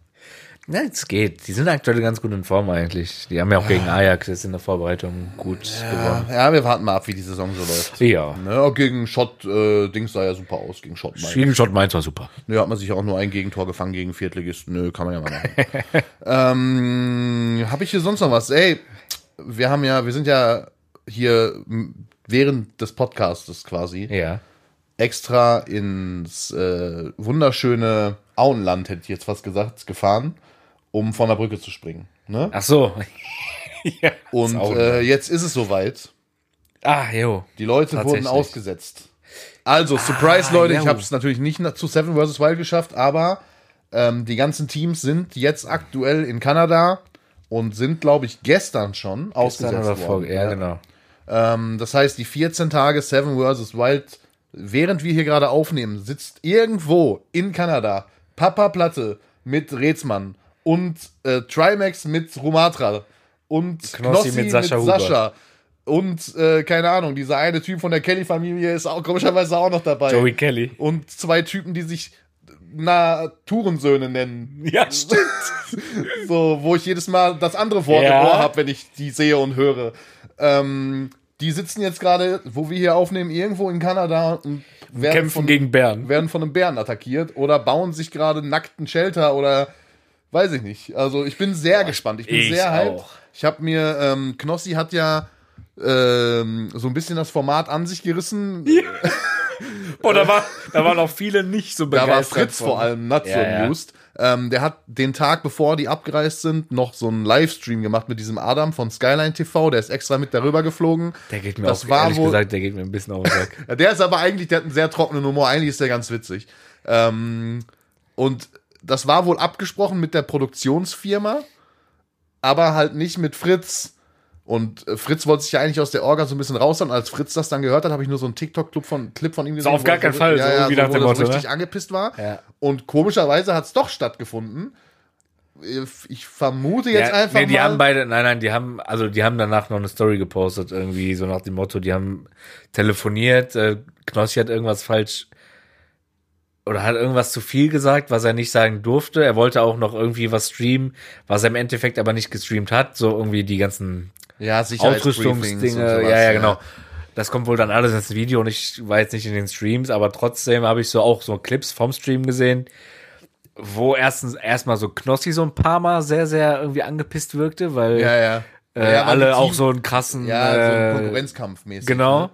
B: Na, es geht. Die sind aktuell ganz gut in Form eigentlich. Die haben ja auch gegen Ajax jetzt in der Vorbereitung gut gewonnen. Oh
A: Ja, wir warten mal ab, wie die Saison so läuft.
B: Ja.
A: Ne, auch gegen Schott, äh, Dings sah ja super aus, gegen Schott. Mainz.
B: Gegen Schott Mainz war super.
A: Nö, hat man sich ja auch nur ein Gegentor gefangen gegen Viertligisten. Nö, kann man ja mal machen. [LAUGHS] ähm, Habe ich hier sonst noch was? Ey, wir haben ja, wir sind ja hier m, während des Podcastes quasi
B: Ja.
A: extra ins äh, wunderschöne Auenland, hätte ich jetzt fast gesagt, gefahren, um von der Brücke zu springen. Ne?
B: Ach so. ja.
A: Und
B: Auenland.
A: äh, jetzt ist es soweit.
B: Ah, jo.
A: Die Leute wurden
B: Tatsächlich.
A: ausgesetzt. Also, Surprise,
B: Ah,
A: Leute,
B: ja.
A: ich habe es natürlich nicht na- zu Seven vs. Wild geschafft, aber ähm, die ganzen Teams sind jetzt aktuell in Kanada und sind, glaube ich, gestern schon
B: Gestern
A: ausgesetzt
B: oder vor,
A: worden.
B: ja, genau.
A: ähm, das heißt, die 14 Tage Seven vs. Wild, während wir hier gerade aufnehmen, sitzt irgendwo in Kanada Papa Platte mit Rezmann und äh, Trimax mit Rumatra und
B: Knossi
A: Knossi,
B: mit
A: mit
B: Sascha
A: Sascha.
B: Huber.
A: Und äh, keine Ahnung, dieser eine Typ von der Kelly-Familie ist auch komischerweise auch noch dabei.
B: Joey Kelly.
A: Und zwei Typen, die sich äh, Naturensöhne nennen.
B: Ja, stimmt.
A: So, wo ich jedes Mal das andere Wort
B: Ja.
A: im Ohr habe, wenn ich die sehe und höre. Ähm, die sitzen jetzt gerade, wo wir hier aufnehmen, irgendwo in Kanada und werden
B: Kämpfen
A: von,
B: gegen Bern.
A: werden von einem Bären attackiert oder bauen sich gerade nackten Shelter oder weiß ich nicht. Also ich bin sehr gespannt. Ich bin
B: ich
A: sehr hyped.
B: auch.
A: Ich habe mir, ähm, Knossi hat ja ähm, so ein bisschen das Format an sich gerissen.
B: Oh, da, war, da waren auch viele nicht so
A: Da
B: begeistert.
A: war Fritz
B: von.
A: vor allem not so
B: Ja, ja.
A: amused. Ähm, der hat den Tag, bevor die abgereist sind, noch so einen Livestream gemacht mit diesem Adam von Skyline TV. Der ist extra mit darüber geflogen.
B: Der geht mir
A: das
B: auch,
A: war
B: ehrlich
A: wohl,
B: gesagt, der geht mir ein bisschen auf den Sack.
A: Der ist aber eigentlich, der hat einen sehr trockenen Humor. Eigentlich ist der ganz witzig. Ähm, und das war wohl abgesprochen mit der Produktionsfirma, aber halt nicht mit Fritz. Und äh, Fritz wollte sich ja eigentlich aus der Orga so ein bisschen raushauen. Als Fritz das dann gehört hat, habe ich nur so einen TikTok-Clip von, Clip von ihm gesehen.
B: auf
A: wo
B: gar
A: er
B: keinen Fall, so
A: Ja, ja,
B: irgendwie
A: so,
B: nach
A: wo
B: dem
A: er
B: Motto,
A: so richtig
B: ne?
A: angepisst war.
B: [LAUGHS] Ja.
A: Und komischerweise hat es doch stattgefunden. Ich vermute jetzt
B: ja,
A: einfach
B: nee, die
A: mal.
B: haben beide, nein, nein, die haben, also die haben danach noch eine Story gepostet, irgendwie so nach dem Motto, die haben telefoniert, äh, Knossi hat irgendwas falsch oder hat irgendwas zu viel gesagt, was er nicht sagen durfte. Er wollte auch noch irgendwie was streamen, was er im Endeffekt aber nicht gestreamt hat, so irgendwie die ganzen
A: ja, Sicherheitsbriefings
B: Ausrüstungsdinge,
A: und sowas,
B: ja, ja, genau. Das kommt wohl dann alles ins Video und ich war jetzt nicht in den Streams, aber trotzdem habe ich so auch so Clips vom Stream gesehen, wo erstens erstmal so Knossi so ein paar Mal sehr, sehr irgendwie angepisst wirkte, weil
A: Ja, ja.
B: äh,
A: Ja, weil die
B: alle auch
A: Team-
B: so einen krassen
A: Ja, so ein ne?
B: äh,
A: Konkurrenzkampf mäßig.
B: Genau.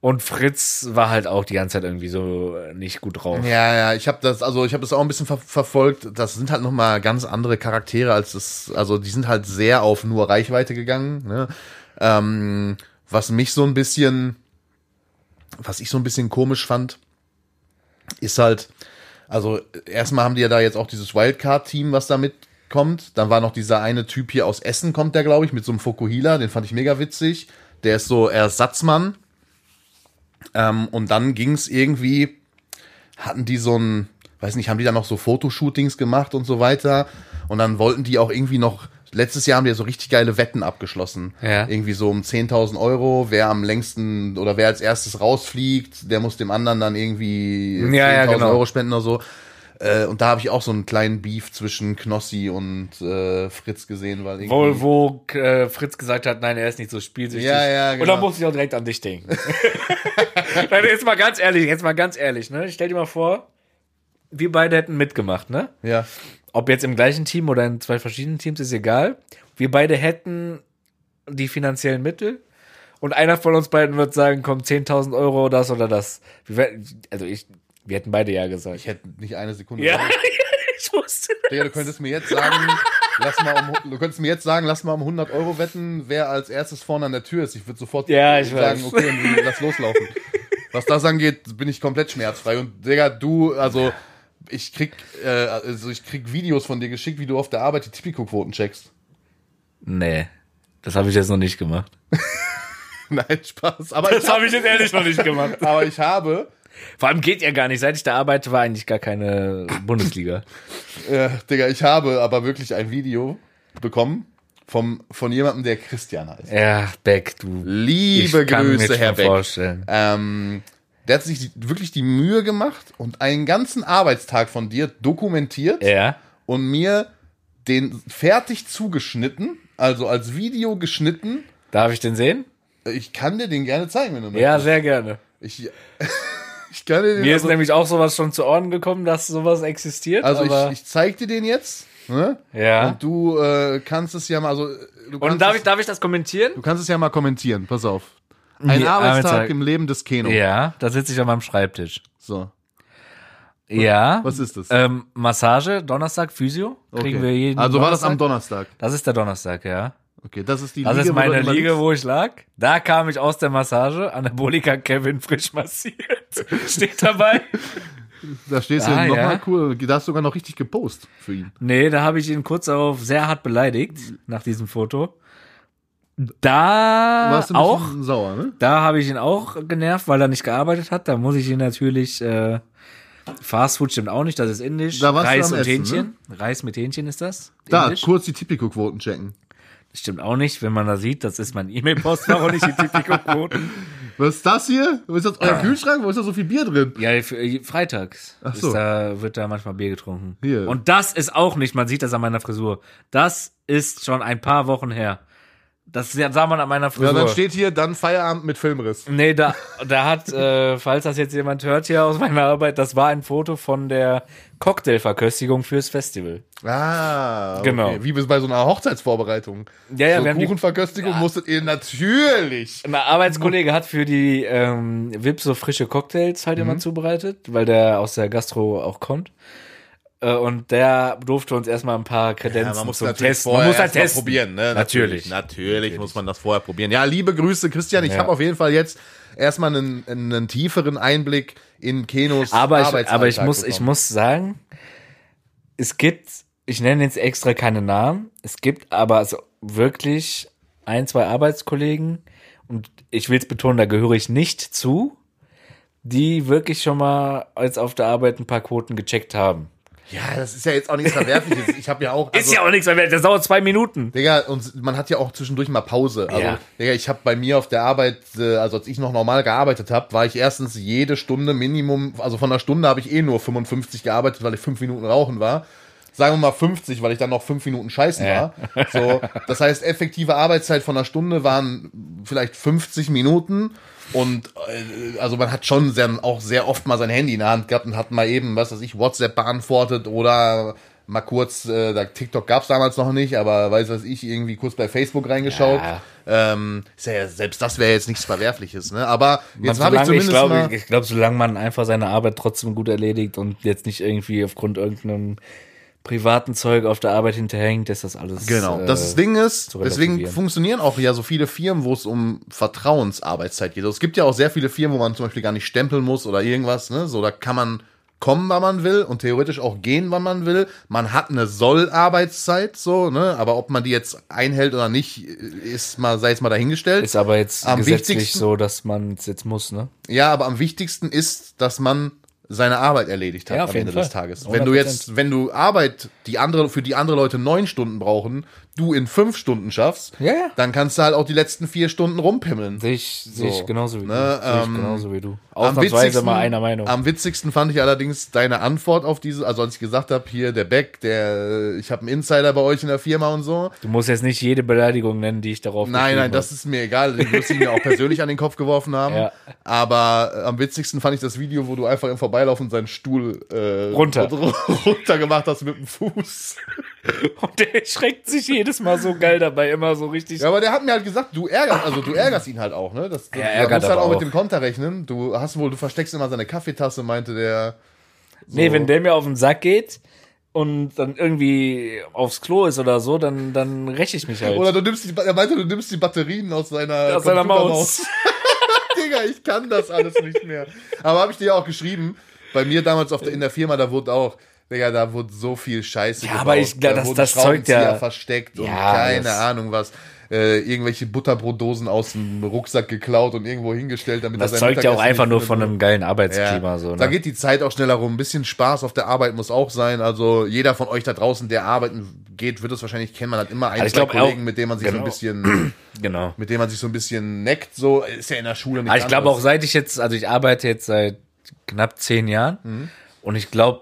B: Und Fritz war halt auch die ganze Zeit irgendwie so äh, nicht gut drauf.
A: Ne? Ja, ja, ich habe das, also ich habe das auch ein bisschen ver verfolgt. Das sind halt nochmal ganz andere Charaktere als das, also die sind halt sehr auf nur Reichweite gegangen. Ne? Ähm, was mich so ein bisschen, was ich so ein bisschen komisch fand, ist halt, also erstmal haben die ja da jetzt auch dieses Wildcard-Team, was da mitkommt. Dann war noch dieser eine Typ hier aus Essen, kommt der, glaube ich, mit so einem Fokuhila, den fand ich mega witzig. Der ist so Ersatzmann. Ähm, und dann ging es irgendwie, hatten die so ein, weiß nicht, haben die da noch so Fotoshootings gemacht und so weiter. Und dann wollten die auch irgendwie noch, letztes Jahr haben die so richtig geile Wetten abgeschlossen.
B: Ja.
A: Irgendwie so um 10.000 Euro, wer am längsten oder wer als erstes rausfliegt, der muss dem anderen dann irgendwie 10.000
B: Ja, ja, genau.
A: Euro spenden oder so. Äh, und da habe ich auch so einen kleinen Beef zwischen Knossi und äh, Fritz gesehen, weil irgendwie.
B: Wohl, wo äh, Fritz gesagt hat, nein, er ist nicht so spielsüchtig.
A: Ja, ja,
B: Und
A: genau.
B: dann musste ich auch direkt an dich [LAUGHS] denken. nein, jetzt mal ganz ehrlich, jetzt mal ganz ehrlich, ne? Stell dir mal vor, wir beide hätten mitgemacht, ne?
A: Ja.
B: Ob jetzt im gleichen Team oder in zwei verschiedenen Teams, ist egal. Wir beide hätten die finanziellen Mittel und einer von uns beiden wird sagen, komm, 10.000 Euro, das oder das. Wir, wär- also ich, wir hätten beide ja gesagt.
A: Ich hätte nicht eine Sekunde.
B: [LAUGHS] Ja, ich wusste
A: Digga, du könntest mir jetzt sagen, lass mal um, du könntest mir jetzt sagen, lass mal um 100 Euro wetten, wer als erstes vorne an der Tür ist. Ich würde sofort
B: Ja, ich
A: sagen,
B: weiß.
A: okay, und lass loslaufen. Was das angeht, bin ich komplett schmerzfrei. Und Digga, du, also ich krieg, äh, also ich krieg Videos von dir geschickt, wie du auf der Arbeit die Tipico-Quoten checkst. [LAUGHS]
B: Nee, das habe ich jetzt noch nicht gemacht.
A: Nein, Spaß. Aber ich,
B: Das habe ich jetzt ehrlich noch nicht gemacht.
A: aber ich habe,
B: Vor allem geht ja gar nicht. Seit ich da arbeite, war eigentlich gar keine Bundesliga.
A: äh, Digga, ich habe aber wirklich ein Video bekommen vom, von jemandem, der Christian heißt.
B: [LAUGHS] Ja, Beck, du.
A: Liebe Grüße, Herr Beck.
B: vorstellen.
A: Ähm, der hat sich die- wirklich die Mühe gemacht und einen ganzen Arbeitstag von dir dokumentiert
B: Ja.
A: und mir den fertig zugeschnitten, also als Video geschnitten.
B: Darf ich den sehen?
A: Ich kann dir den gerne zeigen, wenn du möchtest.
B: Ja, sehr gerne.
A: Ich, [LAUGHS] ich kann dir den
B: Mir ist
A: also,
B: nämlich auch sowas schon zu Ohren gekommen, dass sowas existiert.
A: also
B: aber
A: ich, ich zeig dir den jetzt. Ne?
B: Ja.
A: Und du äh, kannst es ja mal, also äh, du
B: Und
A: kannst,
B: darf
A: es,
B: ich, darf ich das kommentieren?
A: du kannst es ja mal kommentieren. Pass auf. Ein
B: Ja,
A: Arbeitstag
B: Arbeitstag.
A: im Leben des Keno.
B: Ja, da sitze ich an meinem Schreibtisch.
A: So.
B: Ja.
A: Was ist das?
B: Ähm, Massage, Donnerstag, Physio. Kriegen wir jeden
A: also war das am
B: Donnerstag.
A: Donnerstag.
B: Das ist der Donnerstag, ja.
A: Okay, das ist die
B: Das
A: Liege,
B: ist
A: wo
B: meine
A: du immer
B: Liege,
A: liegst.
B: wo ich lag. Da kam ich aus der Massage. Anabolika Kevin
A: [LAUGHS]
B: frisch massiert. Steht dabei.
A: Da stehst du
B: Ah,
A: nochmal
B: ja.
A: cool. Da hast du sogar noch richtig gepostet für ihn.
B: Nee, da habe ich ihn kurz darauf sehr hart beleidigt, nach diesem Foto. Da
A: Warst du ein
B: Äh, auch,
A: bisschen sauer, ne?
B: da habe ich ihn auch genervt, weil er nicht gearbeitet hat. Da muss ich ihn natürlich, äh, Fast Food stimmt auch nicht, das ist indisch.
A: Da warst du
B: Reis
A: am
B: und
A: Essen, ne?
B: Hähnchen. Reis mit Hähnchen ist das.
A: Da,
B: Indisch.
A: kurz die Tipico-Quoten checken.
B: Das stimmt auch nicht, wenn man da sieht, das ist mein E-Mail-Postfach und nicht die Typico-Quoten.
A: Was ist das hier? Wo ist das
B: Ah.
A: euer Kühlschrank? Wo ist da so viel Bier drin?
B: Ja, f- äh, freitags
A: Ach
B: ist
A: so.
B: da, wird da manchmal Bier getrunken.
A: Hier.
B: Und das ist auch nicht, man sieht das an meiner Frisur. Das ist schon ein paar Wochen her. Das sah man an meiner
A: Ja,
B: Frisur.
A: dann steht hier, dann Feierabend mit Filmriss.
B: nee, da, da hat, äh, falls das jetzt jemand hört hier aus meiner Arbeit, das war ein Foto von der Cocktailverköstigung fürs Festival.
A: Ah,
B: Genau.
A: Okay. Wie bis bei so einer Hochzeitsvorbereitung.
B: Ja, ja,
A: so
B: wir haben die-
A: Kuchenverköstigung musstet ihr natürlich.
B: Mein Arbeitskollege hat für die ähm, VIP so frische Cocktails halt
A: Mhm.
B: immer zubereitet, weil der aus der Gastro auch kommt. Äh, und der durfte uns erstmal ein paar Kredenzen zum Testen. Man muss
A: erst
B: halt
A: mal
B: testen.
A: probieren, ne?
B: Natürlich.
A: natürlich. muss man das vorher probieren. Ja, liebe Grüße, Christian. Ich
B: Ja.
A: habe auf jeden Fall jetzt erstmal einen, einen tieferen Einblick in Kenos
B: aber ich,
A: Arbeitsalltag
B: aber ich muss,
A: bekommen.
B: ich muss sagen, es gibt, ich nenne jetzt extra keine Namen, es gibt aber also wirklich ein, zwei Arbeitskollegen und ich will es betonen, da gehöre ich nicht zu, die wirklich schon mal als auf der Arbeit ein paar Quoten gecheckt haben. Also
A: Ja, das ist ja jetzt auch nichts Verwerfliches. Ich habe ja auch.
B: [LAUGHS]
A: also
B: Ist ja auch nichts, weil das dauert zwei Minuten.
A: Digga, und man hat ja auch zwischendurch mal Pause. Also,
B: Mhm. Ja.
A: Digga, ich habe bei mir auf der Arbeit, äh, also als ich noch normal gearbeitet habe, war ich erstens jede Stunde Minimum, also von einer Stunde habe ich eh nur 55 gearbeitet, weil ich fünf Minuten rauchen war. Sagen wir mal 50, weil ich dann noch fünf Minuten scheißen
B: Ja.
A: war. So, das heißt, effektive Arbeitszeit von einer Stunde waren vielleicht 50 Minuten. Und äh, also man hat schon sehr, auch sehr oft mal sein Handy in der Hand gehabt und hat mal eben, was weiß ich, WhatsApp beantwortet oder mal kurz, äh, da TikTok gab's damals noch nicht, aber weiß was ich, irgendwie kurz bei Facebook reingeschaut.
B: Ja.
A: Ähm, ist ja, selbst das wäre jetzt nichts Verwerfliches, ne? Aber jetzt
B: Man,
A: habe ich
B: solange-
A: zumindest
B: ich
A: mal,
B: glaube, ich, ich glaub, solange man einfach seine Arbeit trotzdem gut erledigt und jetzt nicht irgendwie aufgrund irgendeinem privaten Zeug auf der Arbeit hinterhängt, ist das alles.
A: Genau.
B: äh,
A: das Ding ist,
B: zu
A: deswegen
B: relativieren.
A: funktionieren auch ja so viele Firmen, wo es um Vertrauensarbeitszeit geht. Also es gibt ja auch sehr viele Firmen, wo man zum Beispiel gar nicht stempeln muss oder irgendwas. Ne? So, da kann man kommen, wann man will und theoretisch auch gehen, wann man will. Man hat eine Soll-Arbeitszeit, so, ne? aber ob man die jetzt einhält oder nicht, ist mal, sei jetzt mal dahingestellt.
B: Ist aber jetzt
A: Am
B: gesetzlich
A: wichtigsten-
B: so, dass man es jetzt muss, ne?
A: Ja, aber am wichtigsten ist, dass man seine Arbeit erledigt hat
B: Ja, auf
A: am
B: jeden
A: Ende des
B: Fall.
A: Tages. Wenn du jetzt, wenn du Arbeit, die andere, für die andere Leute neun Stunden brauchen, du in fünf Stunden schaffst,
B: Ja, ja.
A: dann kannst du halt auch die letzten vier Stunden rumpimmeln.
B: Sehe ich, sehe ich
A: So,
B: genauso wie du.
A: ne,
B: sehe ich
A: ähm,
B: genauso wie du.
A: Am
B: Ausnahmsweise
A: witzigsten-
B: mal einer Meinung.
A: Am witzigsten fand ich allerdings deine Antwort auf diese, also als ich gesagt habe, hier der Beck, der, äh, ich habe einen Insider bei euch in der Firma und so.
B: Du musst jetzt nicht jede Beleidigung nennen, die ich darauf
A: Nein,
B: geschrieben
A: nein, das ist mir egal. Den müsste ich mir auch persönlich an den Kopf geworfen haben.
B: Ja.
A: Aber äh, am witzigsten fand ich das Video, wo du einfach im Vorbeilaufen seinen Stuhl äh, [LAUGHS]
B: Runter.
A: runter gemacht hast mit dem Fuß.
B: habe. Und der erschreckt sich jedes Mal so geil dabei, immer so richtig.
A: Ja, aber der hat mir halt gesagt, du ärgerst, also du ärgerst ihn halt auch, ne? Das, das,
B: Er
A: du
B: ärgert
A: musst halt
B: aber
A: auch, mit
B: auch.
A: dem Konter rechnen. Du hast wohl, du versteckst immer seine Kaffeetasse, meinte der.
B: Nee, wenn der mir auf den Sack geht und dann irgendwie aufs Klo ist oder so, dann, dann räche ich mich halt.
A: Oder du nimmst die, er meinte, du nimmst die Batterien aus seiner,
B: aus seiner
A: Computermaus.
B: Maus.
A: Digga, ich kann das alles nicht mehr. Aber habe ich dir auch geschrieben, bei mir damals auf der, in der Firma, da wurde auch, Digga, da wurde so viel Scheiße
B: Ja,
A: gebaut.
B: aber ich-
A: da
B: das-
A: wurden
B: das zeugt ja-
A: Schraubenzieher versteckt und
B: Ja,
A: keine
B: das-
A: Ahnung was. Äh, irgendwelche Butterbrotdosen aus dem Rucksack geklaut und irgendwo hingestellt, damit
B: Das
A: er sein
B: zeugt ja auch
A: Mittagessen
B: einfach
A: nicht
B: nur
A: findet.
B: von einem geilen Arbeitsklima.
A: Ja,
B: So,
A: Da
B: ne?
A: geht die Zeit auch schneller rum. Ein bisschen Spaß auf der Arbeit muss auch sein. Also jeder von euch da draußen, der arbeiten geht, wird es wahrscheinlich kennen. Man hat immer ein,
B: Also ich
A: zwei
B: glaub auch-
A: Kollegen, mit denen man sich so
B: genau.
A: ein bisschen,
B: Genau.
A: mit denen man sich so ein bisschen neckt. So ist ja in der Schule nicht
B: Aber Ah, ich glaube
A: anders.
B: auch, seit ich jetzt, also ich arbeite jetzt seit knapp zehn Jahren
A: Mhm.
B: und ich glaube,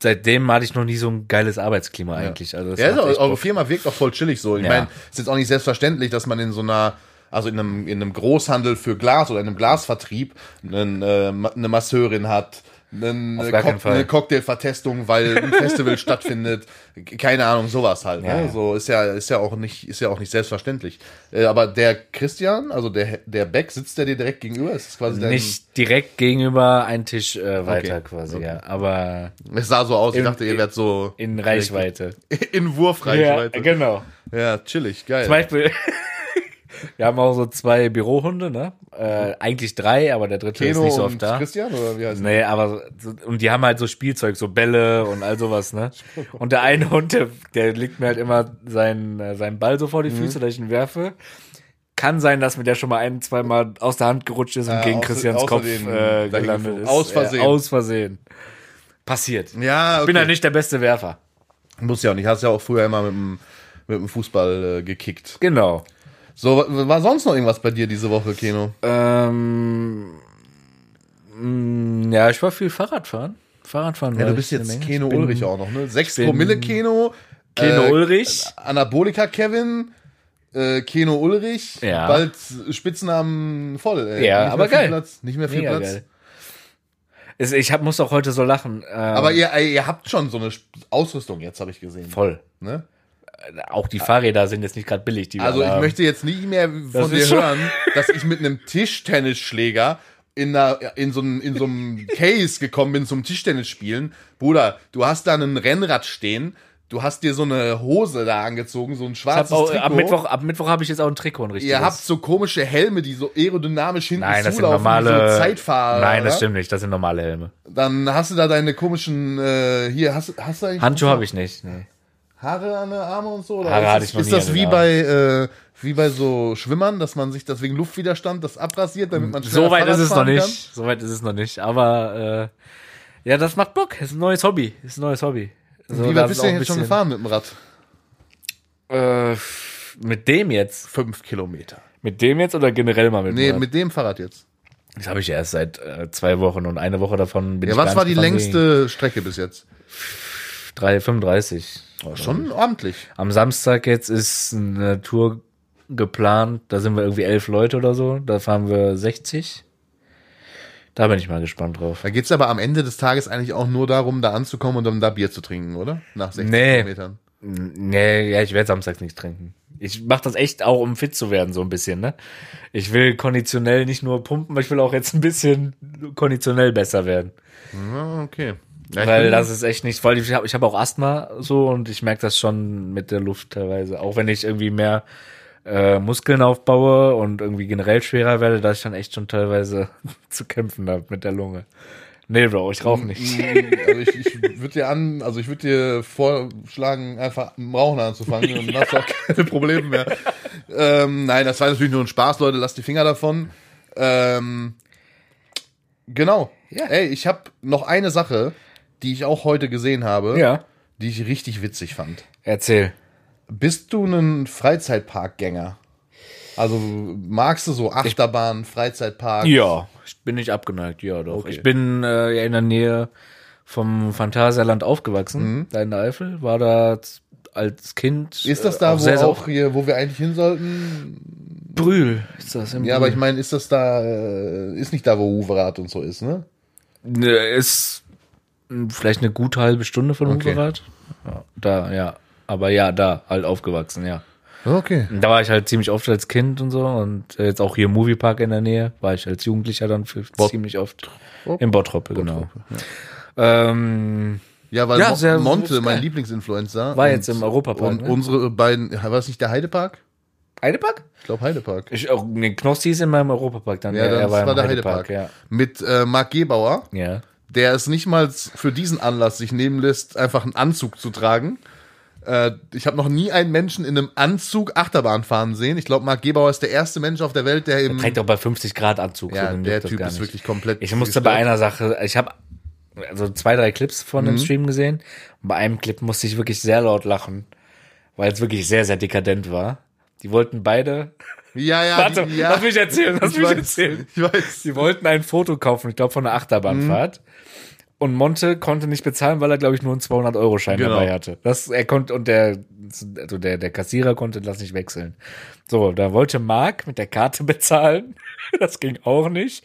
B: seitdem hatte ich noch nie so ein geiles Arbeitsklima eigentlich. Also das
A: Ja, ist
B: macht
A: auch,
B: echt
A: eure
B: Bock.
A: Firma wirkt auch voll chillig so. Ich
B: Ja.
A: meine, ist jetzt auch nicht selbstverständlich, dass man in so einer, also in einem, in einem Großhandel für Glas oder in einem Glasvertrieb einen, äh, ma- eine Masseurin hat, einen,
B: Auf
A: äh,
B: gar keinen
A: Cock-
B: Fall.
A: eine Cocktailvertestung, weil
B: [LAUGHS]
A: ein Festival stattfindet. Keine Ahnung, sowas halt.
B: Ja, ja.
A: Ne? So ist ja, ist ja auch nicht, ist ja auch nicht selbstverständlich. Äh, aber der Christian, also der, der Beck, sitzt der dir direkt gegenüber? Ist das quasi dein,
B: nicht direkt gegenüber einen Tisch äh, weiter
A: Okay.
B: quasi, ja. Aber
A: Es sah so aus, ich
B: In-
A: dachte, ihr werdet so
B: in Reichweite.
A: [LAUGHS] in Wurfreichweite.
B: Ja,
A: Ja,
B: genau.
A: chillig, geil.
B: Zum Beispiel, [LAUGHS] wir haben auch so zwei Bürohunde, ne? Äh, eigentlich drei, aber der dritte ist
A: Mhm. Keno
B: nicht so
A: und
B: oft da.
A: Christian oder wie heißt
B: Nee, aber so, und die haben halt so Spielzeug, so Bälle und all sowas, ne? Und der eine Hund, der, der legt mir halt immer seinen, äh, seinen Ball so vor
A: Mhm.
B: die Füße, dass ich ihn werfe. Kann sein, dass mir der schon mal ein, zweimal aus der Hand gerutscht ist und
A: Ja,
B: gegen
A: außer-
B: Christians
A: außer
B: Kopf
A: den
B: äh,
A: dahin
B: gelandet
A: geflogen.
B: ist.
A: Aus Versehen.
B: Ja, aus Versehen. Passiert.
A: Ja, okay.
B: Bin ja nicht der beste Werfer.
A: Muss ja auch nicht. Hast ja auch früher immer mit dem, mit dem Fußball äh, gekickt.
B: Genau.
A: So, wa- war sonst noch irgendwas bei dir diese Woche, Keno?
B: Ähm, mm, ja, ich war viel Fahrradfahren. Fahrradfahren
A: Ja,
B: war
A: du
B: ich
A: bist
B: eine
A: jetzt
B: Menge.
A: Keno
B: Ich bin
A: Ulrich auch noch, ne? Sechs
B: bin-
A: Promille Keno.
B: Keno
A: äh,
B: Ulrich.
A: Anabolika Kevin. Äh, Keno Ulrich.
B: Ja.
A: Bald Spitznamen voll. Ey.
B: Ja,
A: nicht
B: aber
A: mehr viel
B: geil.
A: Platz, nicht mehr viel
B: Mega
A: Platz.
B: geil. Es, ich hab, muss auch heute so lachen. Ähm,
A: Aber ihr, ey, ihr habt schon so eine Sp- Ausrüstung jetzt, habe ich gesehen.
B: voll.
A: Ne?
B: Auch die Fahrräder sind jetzt nicht gerade billig. Die wir
A: Also
B: alle
A: ich
B: haben.
A: möchte jetzt nicht mehr
B: Das
A: von
B: ist
A: dir
B: schon-
A: hören, dass ich mit einem Tischtennisschläger in, einer, in, so einem, in so einem Case gekommen bin zum Tischtennisspielen. Bruder, du hast da einen Rennrad stehen, du hast dir so eine Hose da angezogen, so ein
B: Ich hab
A: schwarzes
B: auch,
A: Trikot.
B: ab Mittwoch, ab Mittwoch habe ich jetzt auch ein Trikot, ein richtiges.
A: Ihr habt so komische Helme, die so aerodynamisch hinten
B: Nein, das sind
A: zulaufen, wie
B: normale.
A: so Zeitfahrer.
B: Nein, das
A: oder?
B: stimmt nicht. Das sind normale Helme.
A: Dann hast du da deine komischen, äh, hier, hast, hast du eigentlich
B: Handschuhe habe ich nicht. Nee.
A: Haare an den Armen und so? Oder
B: Haare
A: ist
B: hatte
A: das,
B: ich noch
A: ist
B: nie an
A: das
B: den
A: wie
B: Armen.
A: bei, äh, wie bei so Schwimmern, dass man sich das wegen Luftwiderstand das abrasiert, damit man schneller
B: So weit ist
A: Fahrrad
B: es noch
A: fahren
B: nicht. So weit ist es noch nicht. Aber äh, ja, das macht Bock. Ist ein neues Hobby. Ist ein neues Hobby. So,
A: Kann? Wie
B: da
A: weit bist
B: ist
A: du denn
B: auch
A: jetzt
B: ein
A: schon gefahren mit dem Rad?
B: bisschen- Äh, mit dem jetzt?
A: Fünf Kilometer.
B: Mit dem jetzt oder generell mal mit
A: Nee,
B: Rad?
A: mit dem Fahrrad jetzt.
B: Das habe ich ja erst seit äh, zwei Wochen und eine Woche davon bin
A: Ja,
B: ich
A: was
B: gar
A: war die
B: nicht gefahren Oh, wegen
A: längste Strecke bis jetzt?
B: 3, 35.
A: Schon ordentlich.
B: Am Samstag jetzt ist eine Tour geplant. Da sind wir irgendwie elf Leute oder so. Da fahren wir 60. Da bin ich mal gespannt drauf.
A: Da geht's aber am Ende des Tages eigentlich auch nur darum, da anzukommen und dann da Bier zu trinken, oder? Nach 60
B: Nee.
A: Kilometern.
B: Nee, ja, ich werde samstags nichts trinken. Ich mache das echt auch, um fit zu werden, so ein bisschen, ne? Ich will konditionell nicht nur pumpen, ich will auch jetzt ein bisschen konditionell besser werden.
A: Ja, Ah, okay. Ja, ich
B: Weil
A: bin-
B: das ist echt nicht, weil ich habe ich hab auch Asthma so und ich merke das schon mit der Luft teilweise. Auch wenn ich irgendwie mehr äh, Muskeln aufbaue und irgendwie generell schwerer werde, dass ich dann echt schon teilweise [LAUGHS] zu kämpfen habe mit der Lunge. Nee, Bro, ich rauche nicht.
A: also ich, ich würde dir an, also ich würde dir vorschlagen, einfach mit dem Rauchen anzufangen und dann hast du
B: [LAUGHS]
A: auch keine Probleme mehr. Ähm, nein, das war natürlich nur ein Spaß, Leute, lasst die Finger davon. Ähm, Genau.
B: Ja.
A: Ey, ich habe noch eine Sache, die ich auch heute gesehen habe,
B: [LAUGHS] Ja.
A: die ich richtig witzig fand.
B: Erzähl.
A: Bist du ein Freizeitparkgänger? Also magst du so Achterbahn, Freizeitpark?
B: Ja, ich bin nicht abgeneigt, ja doch.
A: Okay.
B: Ich bin äh, ja in der Nähe vom Phantasialand aufgewachsen, da in der Eifel, war da z- als Kind.
A: Ist das
B: äh,
A: da, wo,
B: sehr, sehr
A: auch hier, wo wir eigentlich hin sollten?
B: Brühl ist das im
A: Ja, aber
B: Brühl.
A: ich meine, ist das da, äh, ist nicht da, wo Huverat und so ist, ne?
B: Ne, Ist mh, vielleicht eine gute halbe Stunde von
A: Okay.
B: Huberath. Ja, da, ja. Aber ja, da, halt aufgewachsen, ja.
A: Okay.
B: Und Da war ich halt ziemlich oft als Kind und so und äh, jetzt auch hier im Moviepark in der Nähe, war ich als Jugendlicher dann für ziemlich oft in Bottrop, genau. Ähm,
A: Ja, weil
B: Ja,
A: Mo
B: sehr-
A: Monte,
B: sehr
A: mein
B: geil.
A: Lieblingsinfluencer.
B: War
A: und-
B: jetzt im Europapark,
A: Und
B: ne?
A: unsere beiden, war es nicht der Heidepark?
B: Heidepark?
A: Ich glaube Heidepark.
B: Ich, auch, nee, Knossi ist in meinem Europapark dann.
A: Ja, das
B: er
A: war,
B: im
A: der Heidepark.
B: Heidepark,
A: Mit äh, Marc Gebauer,
B: Ja. ja.
A: der es nicht mal für diesen Anlass sich nehmen lässt, einfach einen Anzug zu tragen. Äh, ich habe noch nie einen Menschen in einem Anzug Achterbahn fahren sehen. Ich glaube, Marc Gebauer ist der erste Mensch auf der Welt, der im.
B: Trägt auch bei 50 Grad Anzug.
A: Hm. ja,
B: so, dann
A: der
B: juckt das
A: Typ
B: gar
A: ist
B: nicht.
A: wirklich komplett.
B: Ich musste bei einer Sache, ich habe also zwei, drei Clips von
A: Mhm.
B: dem Stream gesehen. Und bei einem Clip musste ich wirklich sehr laut lachen, weil es wirklich sehr, sehr dekadent war. Die wollten beide.
A: Ja, ja,
B: Warte,
A: Ah, die, ja.
B: lass mich erzählen, lass
A: ich
B: mich
A: weiß,
B: erzählen.
A: Ich weiß.
B: Sie wollten ein Foto kaufen, ich glaube, von einer Achterbahnfahrt. Und Monte konnte nicht bezahlen, weil er, glaube ich, nur einen 200-Euro-Schein
A: Genau.
B: dabei hatte. Das, er konnte, und der, also der, der Kassierer konnte das nicht wechseln. So, da wollte Marc mit der Karte [LAUGHS] bezahlen. Das ging auch nicht,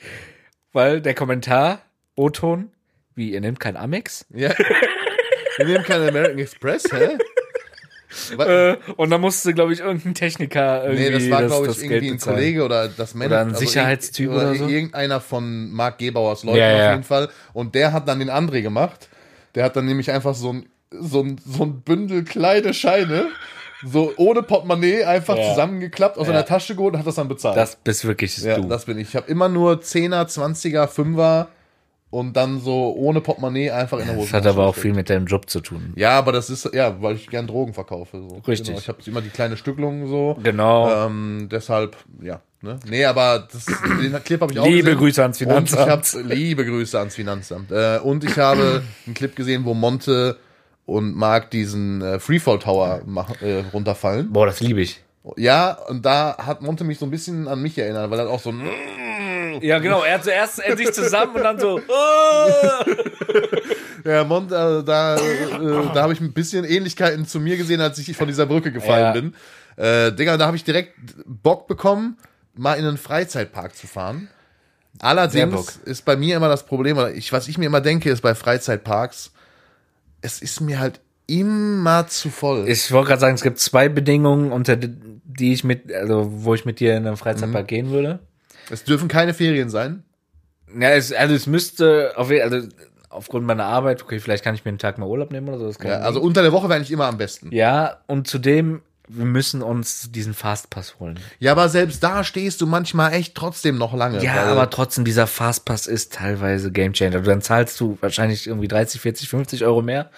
B: weil der Kommentar, O-Ton, wie, ihr nehmt kein Amex?
A: Ja. Wir nehmen keinen American Express, hä? Was?
B: Äh, und dann musste, glaube ich, irgendein Techniker irgendwie
A: Nee, das war, glaube ich,
B: das Geld
A: irgendwie ein
B: bezahlen.
A: Kollege oder das Manager. also
B: Oder ein Sicherheitstyp
A: irgend-
B: oder so.
A: Irgendeiner von Mark Gebauers Leuten
B: Ja,
A: auf
B: ja.
A: jeden Fall. Und der hat dann den André gemacht. Der hat dann nämlich einfach so ein, so ein, so ein Bündel kleine Scheine, so ohne Portemonnaie, einfach
B: Ja.
A: zusammengeklappt, aus
B: Ja.
A: seiner Tasche geholt und hat das dann bezahlt.
B: Das bist wirklich
A: ja,
B: du.
A: das bin ich. Ich habe immer nur 10er, 20er, 5er und dann so ohne Portemonnaie einfach in der Hose.
B: das hat aber auch viel mit deinem Job zu tun.
A: Ja, aber das ist, ja, weil ich gern Drogen verkaufe. So.
B: Richtig.
A: Genau, ich habe immer die kleine Stücklung so.
B: Genau.
A: Ähm, deshalb, ja. Ne? Nee, aber das, den Clip habe ich auch
B: Liebe
A: gesehen.
B: Grüße ans Finanzamt.
A: Und ich hab, liebe Grüße ans Finanzamt. Äh, und ich habe einen Clip gesehen, wo Monte und Mark diesen äh, Freefall Tower mach, äh, runterfallen.
B: Boah, das liebe ich.
A: Ja, und da hat Monte mich so ein bisschen an mich erinnert, weil er auch so ein
B: Ja, genau. Er hat zuerst er sich zusammen und dann [LAUGHS] so. oh.
A: Ja, Mont, äh, da, äh, da habe ich ein bisschen Ähnlichkeiten zu mir gesehen, als ich von dieser Brücke gefallen
B: Ja.
A: bin. Äh, Digga, da habe ich direkt Bock bekommen, mal in einen Freizeitpark zu fahren.
B: Sehr Bock.
A: Allerdings ist bei mir immer das Problem, oder ich, was ich mir immer denke, ist bei Freizeitparks, es ist mir halt immer zu voll.
B: Ich wollte gerade sagen, es gibt zwei Bedingungen, unter d- die ich mit, also wo ich mit dir in einen Freizeitpark gehen würde.
A: es dürfen keine Ferien sein.
B: Ja, es, also es müsste, auf, je- also aufgrund meiner Arbeit, okay, vielleicht kann ich mir einen Tag mal Urlaub nehmen oder so. Das kann
A: Ja,
B: ich
A: also
B: nicht.
A: unter der Woche wäre ich immer am besten.
B: ja, und zudem, wir müssen uns diesen Fastpass holen.
A: Ja, aber selbst da stehst du manchmal echt trotzdem noch lange.
B: Ja,
A: weil-
B: aber trotzdem, dieser Fastpass ist teilweise Gamechanger. Dann zahlst du wahrscheinlich irgendwie 30, 40, 50 Euro mehr.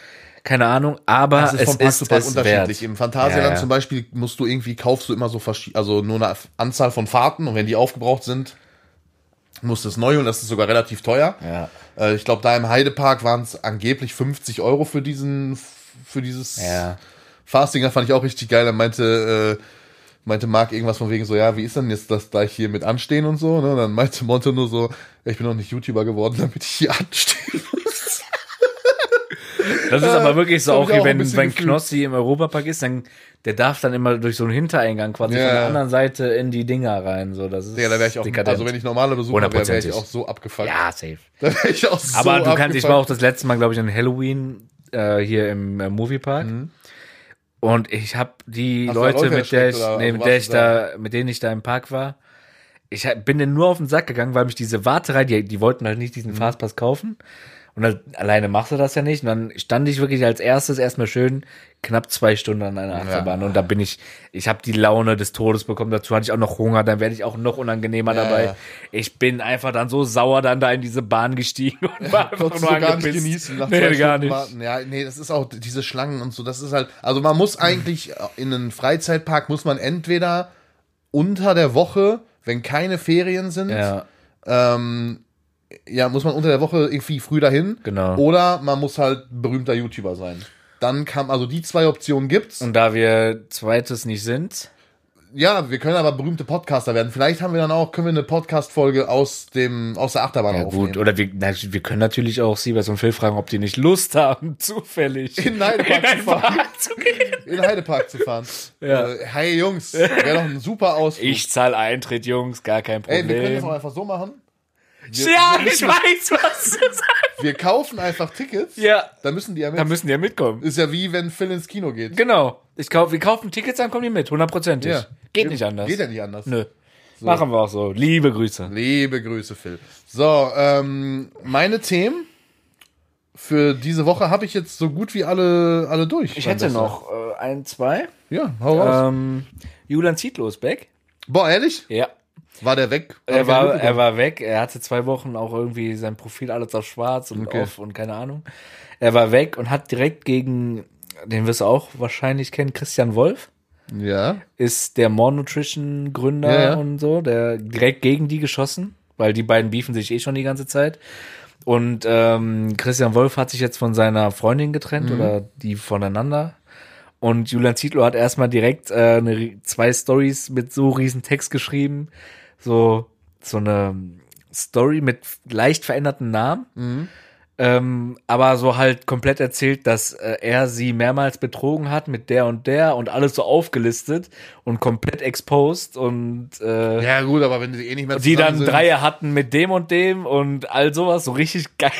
B: Keine Ahnung, aber
A: Das ist
B: Ah, es
A: von Park
B: ist
A: zu Park
B: es
A: unterschiedlich.
B: wert.
A: Im Phantasialand
B: Ja, ja.
A: zum Beispiel musst du irgendwie, kaufst du immer so verschiedene, also nur eine Anzahl von Fahrten und wenn die aufgebraucht sind, musst du es neu und das ist sogar relativ teuer.
B: Ja.
A: Äh, ich glaube, da im Heidepark waren es angeblich 50 Euro für diesen, für dieses
B: Ja.
A: Fasting. Da fand ich auch richtig geil. Dann meinte, äh, meinte Marc irgendwas von wegen so, ja, wie ist denn jetzt das gleich hier mit anstehen und so? Ne? Und dann meinte Monte nur so, ich bin noch nicht YouTuber geworden, [LAUGHS] damit ich hier anstehe.
B: Das ist aber wirklich so
A: hab
B: auch,
A: ich auch
B: wie
A: ein
B: wenn,
A: bisschen
B: wenn
A: gefühlt.
B: Knossi im Europapark ist, dann der darf dann immer durch so einen Hintereingang quasi
A: Ja.
B: von der anderen Seite in die Dinger rein. So, das ist
A: Ja, da wäre ich auch,
B: dekadent.
A: also wenn ich normale Besucher wäre, wäre ich
B: Hundertprozentig.
A: auch so abgefuckt.
B: ja, safe.
A: Da wär ich auch so
B: Aber du kannst, ich war
A: abgefuckt.
B: auch das letzte Mal, glaube ich, an Halloween äh, hier im äh, Moviepark. Und ich habe die
A: Hast du da
B: Leute,
A: Leute
B: mit der ich,
A: erschreckt oder warst
B: nee, mit der
A: du
B: ich da, mit denen ich da im Park war, ich hab- bin denen nur auf den Sack gegangen, weil mich diese Warterei, die, die wollten halt nicht diesen Fastpass kaufen. Und dann, alleine machst du das ja nicht. Und dann stand ich wirklich als erstes erstmal schön knapp zwei Stunden an einer Achterbahn. Und da bin ich, ich habe die Laune des Todes bekommen. Dazu hatte ich auch noch Hunger. Dann werde ich auch noch unangenehmer
A: Ja,
B: dabei.
A: ja.
B: Ich bin einfach dann so sauer dann da in diese Bahn gestiegen
A: [LAUGHS]
B: und war einfach
A: konntest
B: nur
A: du gar nicht
B: angepisst.
A: genießen. Nach zwei
B: nee, gar
A: Stunden
B: nicht.
A: Warten. Ja, nee, das ist auch diese Schlangen und so. Das ist halt, also man muss eigentlich in einen Freizeitpark muss man entweder unter der Woche, wenn keine Ferien sind,
B: Ja.
A: ähm, ja, muss man unter der Woche irgendwie früh dahin.
B: Genau.
A: Oder man muss halt berühmter YouTuber sein. Dann kam, also die zwei Optionen gibt's.
B: Und da wir zweites nicht sind,
A: ja, wir können aber berühmte Podcaster werden. Vielleicht haben wir dann auch, können wir eine Podcast-Folge aus dem, aus der Achterbahn
B: ja
A: aufnehmen.
B: gut, oder wir, na, wir können natürlich auch Siebers und Phil fragen, ob die nicht Lust haben, [LAUGHS] zufällig
A: [LAUGHS] In
B: [LAUGHS]
A: Heidepark zu fahren.
B: zu gehen.
A: In Heidepark zu fahren.
B: [LAUGHS] Ja.
A: Äh, hey Jungs, wäre doch ein super Ausflug.
B: Ich zahle Eintritt, Jungs, gar kein
A: Ey, wir können das auch
B: Problem.
A: einfach so machen.
B: ja, ich weiß, was du sagst.
A: Wir kaufen einfach Tickets.
B: Ja.
A: Dann müssen die ja mit.
B: [LAUGHS] Da müssen die ja mitkommen.
A: Ist ja wie wenn Phil ins Kino geht.
B: Genau. Ich kauf, wir kaufen Tickets, dann kommen die mit, hundertprozentig.
A: Ja.
B: Geht nicht anders.
A: Geht ja nicht anders.
B: Nö. Machen wir auch so. Liebe Grüße.
A: Liebe Grüße, Phil. So, ähm, meine Themen für diese Woche habe ich jetzt so gut wie alle, alle durch.
B: Ich hätte noch äh, ein, zwei.
A: Ja, hau raus.
B: Ähm, Julian Zietlos back.
A: Boah, ehrlich?
B: Ja.
A: War der weg? Hab
B: Er
A: ich gar
B: war,
A: nicht
B: er war weg. Er hatte zwei Wochen auch irgendwie sein Profil alles auf schwarz und
A: Okay.
B: off und keine Ahnung. Er war weg und hat direkt gegen, den wirst du auch wahrscheinlich kennen, Christian Wolf.
A: mitbekommen. Ja.
B: Ist der More Nutrition Gründer
A: Ja, ja.
B: und so, der direkt gegen die geschossen, weil die beiden beefen sich eh schon die ganze Zeit. Und ähm, Christian Wolf hat sich jetzt von seiner Freundin getrennt oder die voneinander. Und Julian Zietlow hat erstmal direkt äh, eine, ri- zwei Stories mit so riesen Text geschrieben. So, so eine Story mit leicht veränderten Namen.
A: Mhm.
B: Ähm, aber so halt komplett erzählt, dass äh, er sie mehrmals betrogen hat mit der und der und alles so aufgelistet und komplett exposed und äh,
A: Ja, gut, aber wenn die eh nicht mehr
B: die
A: zusammen
B: dann
A: sind,
B: Dreier hatten mit dem und dem und all sowas, so richtig [LAUGHS] geil,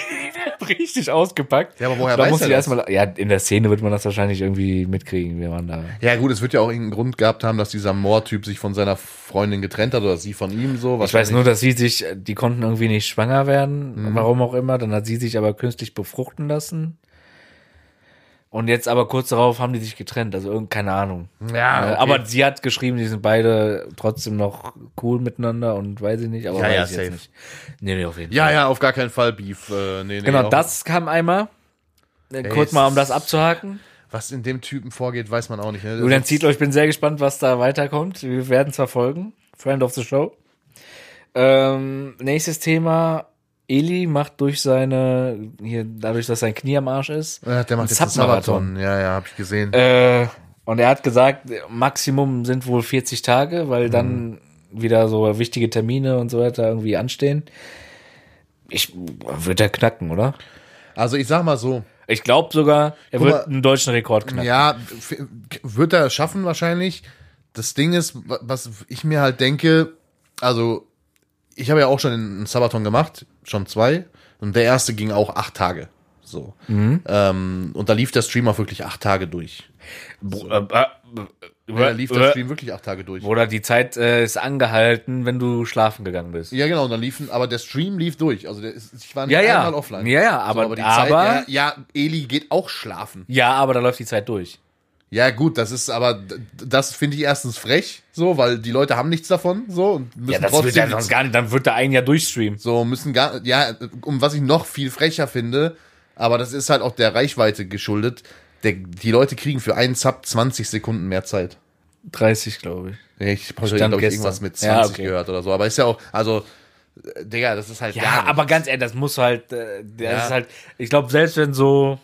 B: richtig ausgepackt.
A: Ja, aber woher
B: da
A: weiß
B: muss
A: er
B: ich
A: das?
B: erstmal, ja, in der Szene wird man das wahrscheinlich irgendwie mitkriegen, wenn man da.
A: Ja, gut, es wird ja auch irgendeinen Grund gehabt haben, dass dieser Moor-Typ sich von seiner Freundin getrennt hat oder sie von ihm so.
B: Ich weiß nur, dass sie sich, äh, die konnten irgendwie nicht schwanger werden,
A: Mhm.
B: warum auch immer, dann hat sie sich aber künstlich befruchten lassen. Und jetzt aber kurz darauf haben die sich getrennt, also irgend keine Ahnung.
A: Ja,
B: Äh,
A: Ah, okay.
B: Aber sie hat geschrieben, die sind beide trotzdem noch cool miteinander und weiß ich nicht, aber
A: Ja,
B: weiß
A: ja,
B: ich
A: safe.
B: jetzt nicht. Nee, nee, auf jeden Fall.
A: Ja, ja, auf gar keinen Fall Beef. Äh, nee, nee,
B: Genau,
A: auch-
B: das kam einmal. Äh, Kurz
A: es-
B: mal, um das abzuhaken.
A: Was in dem Typen vorgeht, weiß man auch nicht. Ne?
B: Julian Zietlow, ich bin sehr gespannt, was da weiterkommt. Wir werden es verfolgen. Friend of the Show. Ähm, nächstes Thema. Eli macht durch seine, hier, dadurch, dass sein Knie am Arsch ist.
A: Ja, Äh, der macht jetzt einen
B: Submarathon.
A: Sabaton. Ja, ja, hab ich gesehen.
B: Äh, und er hat gesagt, Maximum sind wohl 40 Tage, weil dann wieder so wichtige Termine und so weiter irgendwie anstehen. Ich, wird er knacken, oder?
A: Also ich sag mal so,
B: Ich glaube sogar, er
A: Guck
B: wird
A: mal.
B: einen deutschen Rekord knacken.
A: ja, f- wird er es schaffen wahrscheinlich. Das Ding ist, wa- was ich mir halt denke, also ich habe ja auch schon einen Sabaton gemacht, schon zwei. Und der erste ging auch acht Tage. So. Ähm, und da lief der Stream auch wirklich acht Tage durch.
B: Br- äh, äh,
A: Da
B: äh,
A: lief
B: äh,
A: der Stream wirklich acht Tage durch.
B: Oder die Zeit äh, ist angehalten, wenn du schlafen gegangen bist.
A: Ja, genau, und dann liefen, aber der Stream lief durch. Also der ist, ich war nicht
B: Ja, ja.
A: einmal offline.
B: Ja, ja, aber-
A: die
B: aber-
A: Zeit, ja, ja, Eli geht auch schlafen.
B: Ja, aber da läuft die Zeit durch.
A: Ja, gut, das ist aber, d- das finde ich erstens frech, so, weil die Leute haben nichts davon, so, und müssen trotzdem,
B: gar nicht, dann wird da ein Jahr durchstreamen.
A: so, müssen gar, ja, um was ich noch viel frecher finde, aber das ist halt auch der Reichweite geschuldet, der, die Leute kriegen für einen Sub 20 Sekunden mehr Zeit.
B: 30, glaube ich.
A: Ich habe heute,
B: Stand
A: glaube ich,
B: gestern.
A: irgendwas mit 20
B: Ja, okay.
A: gehört oder so, aber ist ja auch, also, äh, Digga, das ist halt
B: Ja,
A: gar nicht.
B: aber ganz ehrlich, das muss halt, äh, das
A: Ja.
B: ist halt, ich glaube, selbst wenn so,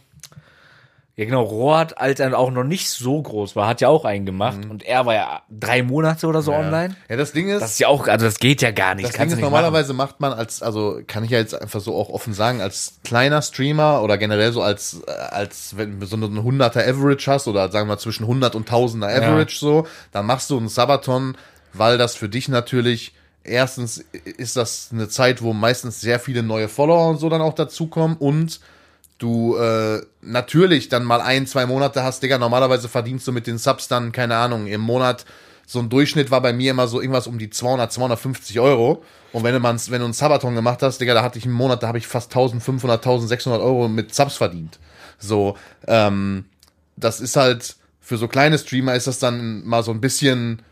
B: ja genau, Rohrhardt, als er auch noch nicht so groß war, hat ja auch einen gemacht und er war ja drei Monate oder so
A: ja.
B: online.
A: Ja, das Ding ist,
B: Das ist ja auch, also das geht ja gar nicht.
A: Das Ding
B: kannst
A: ist,
B: du nicht machen.
A: normalerweise macht man als, also kann ich ja jetzt einfach so auch offen sagen, als kleiner Streamer oder generell so als, äh, als wenn du so einen 100er Average hast oder sagen wir mal zwischen 100 und 1000er Average so, dann machst du einen Sabaton, weil das für dich natürlich erstens ist das eine Zeit, wo meistens sehr viele neue Follower und so dann auch dazukommen und du äh, natürlich dann mal ein, zwei Monate hast, Digga, normalerweise verdienst du mit den Subs dann, keine Ahnung, im Monat so ein Durchschnitt war bei mir immer so irgendwas um die 200, 250 Euro. Und wenn du, mal, wenn du einen Sabaton gemacht hast, Digga, da hatte ich einen Monat, da habe ich fast 1500, 1600 Euro mit Subs verdient. So, ähm, das ist halt, für so kleine Streamer ist das dann mal so ein bisschen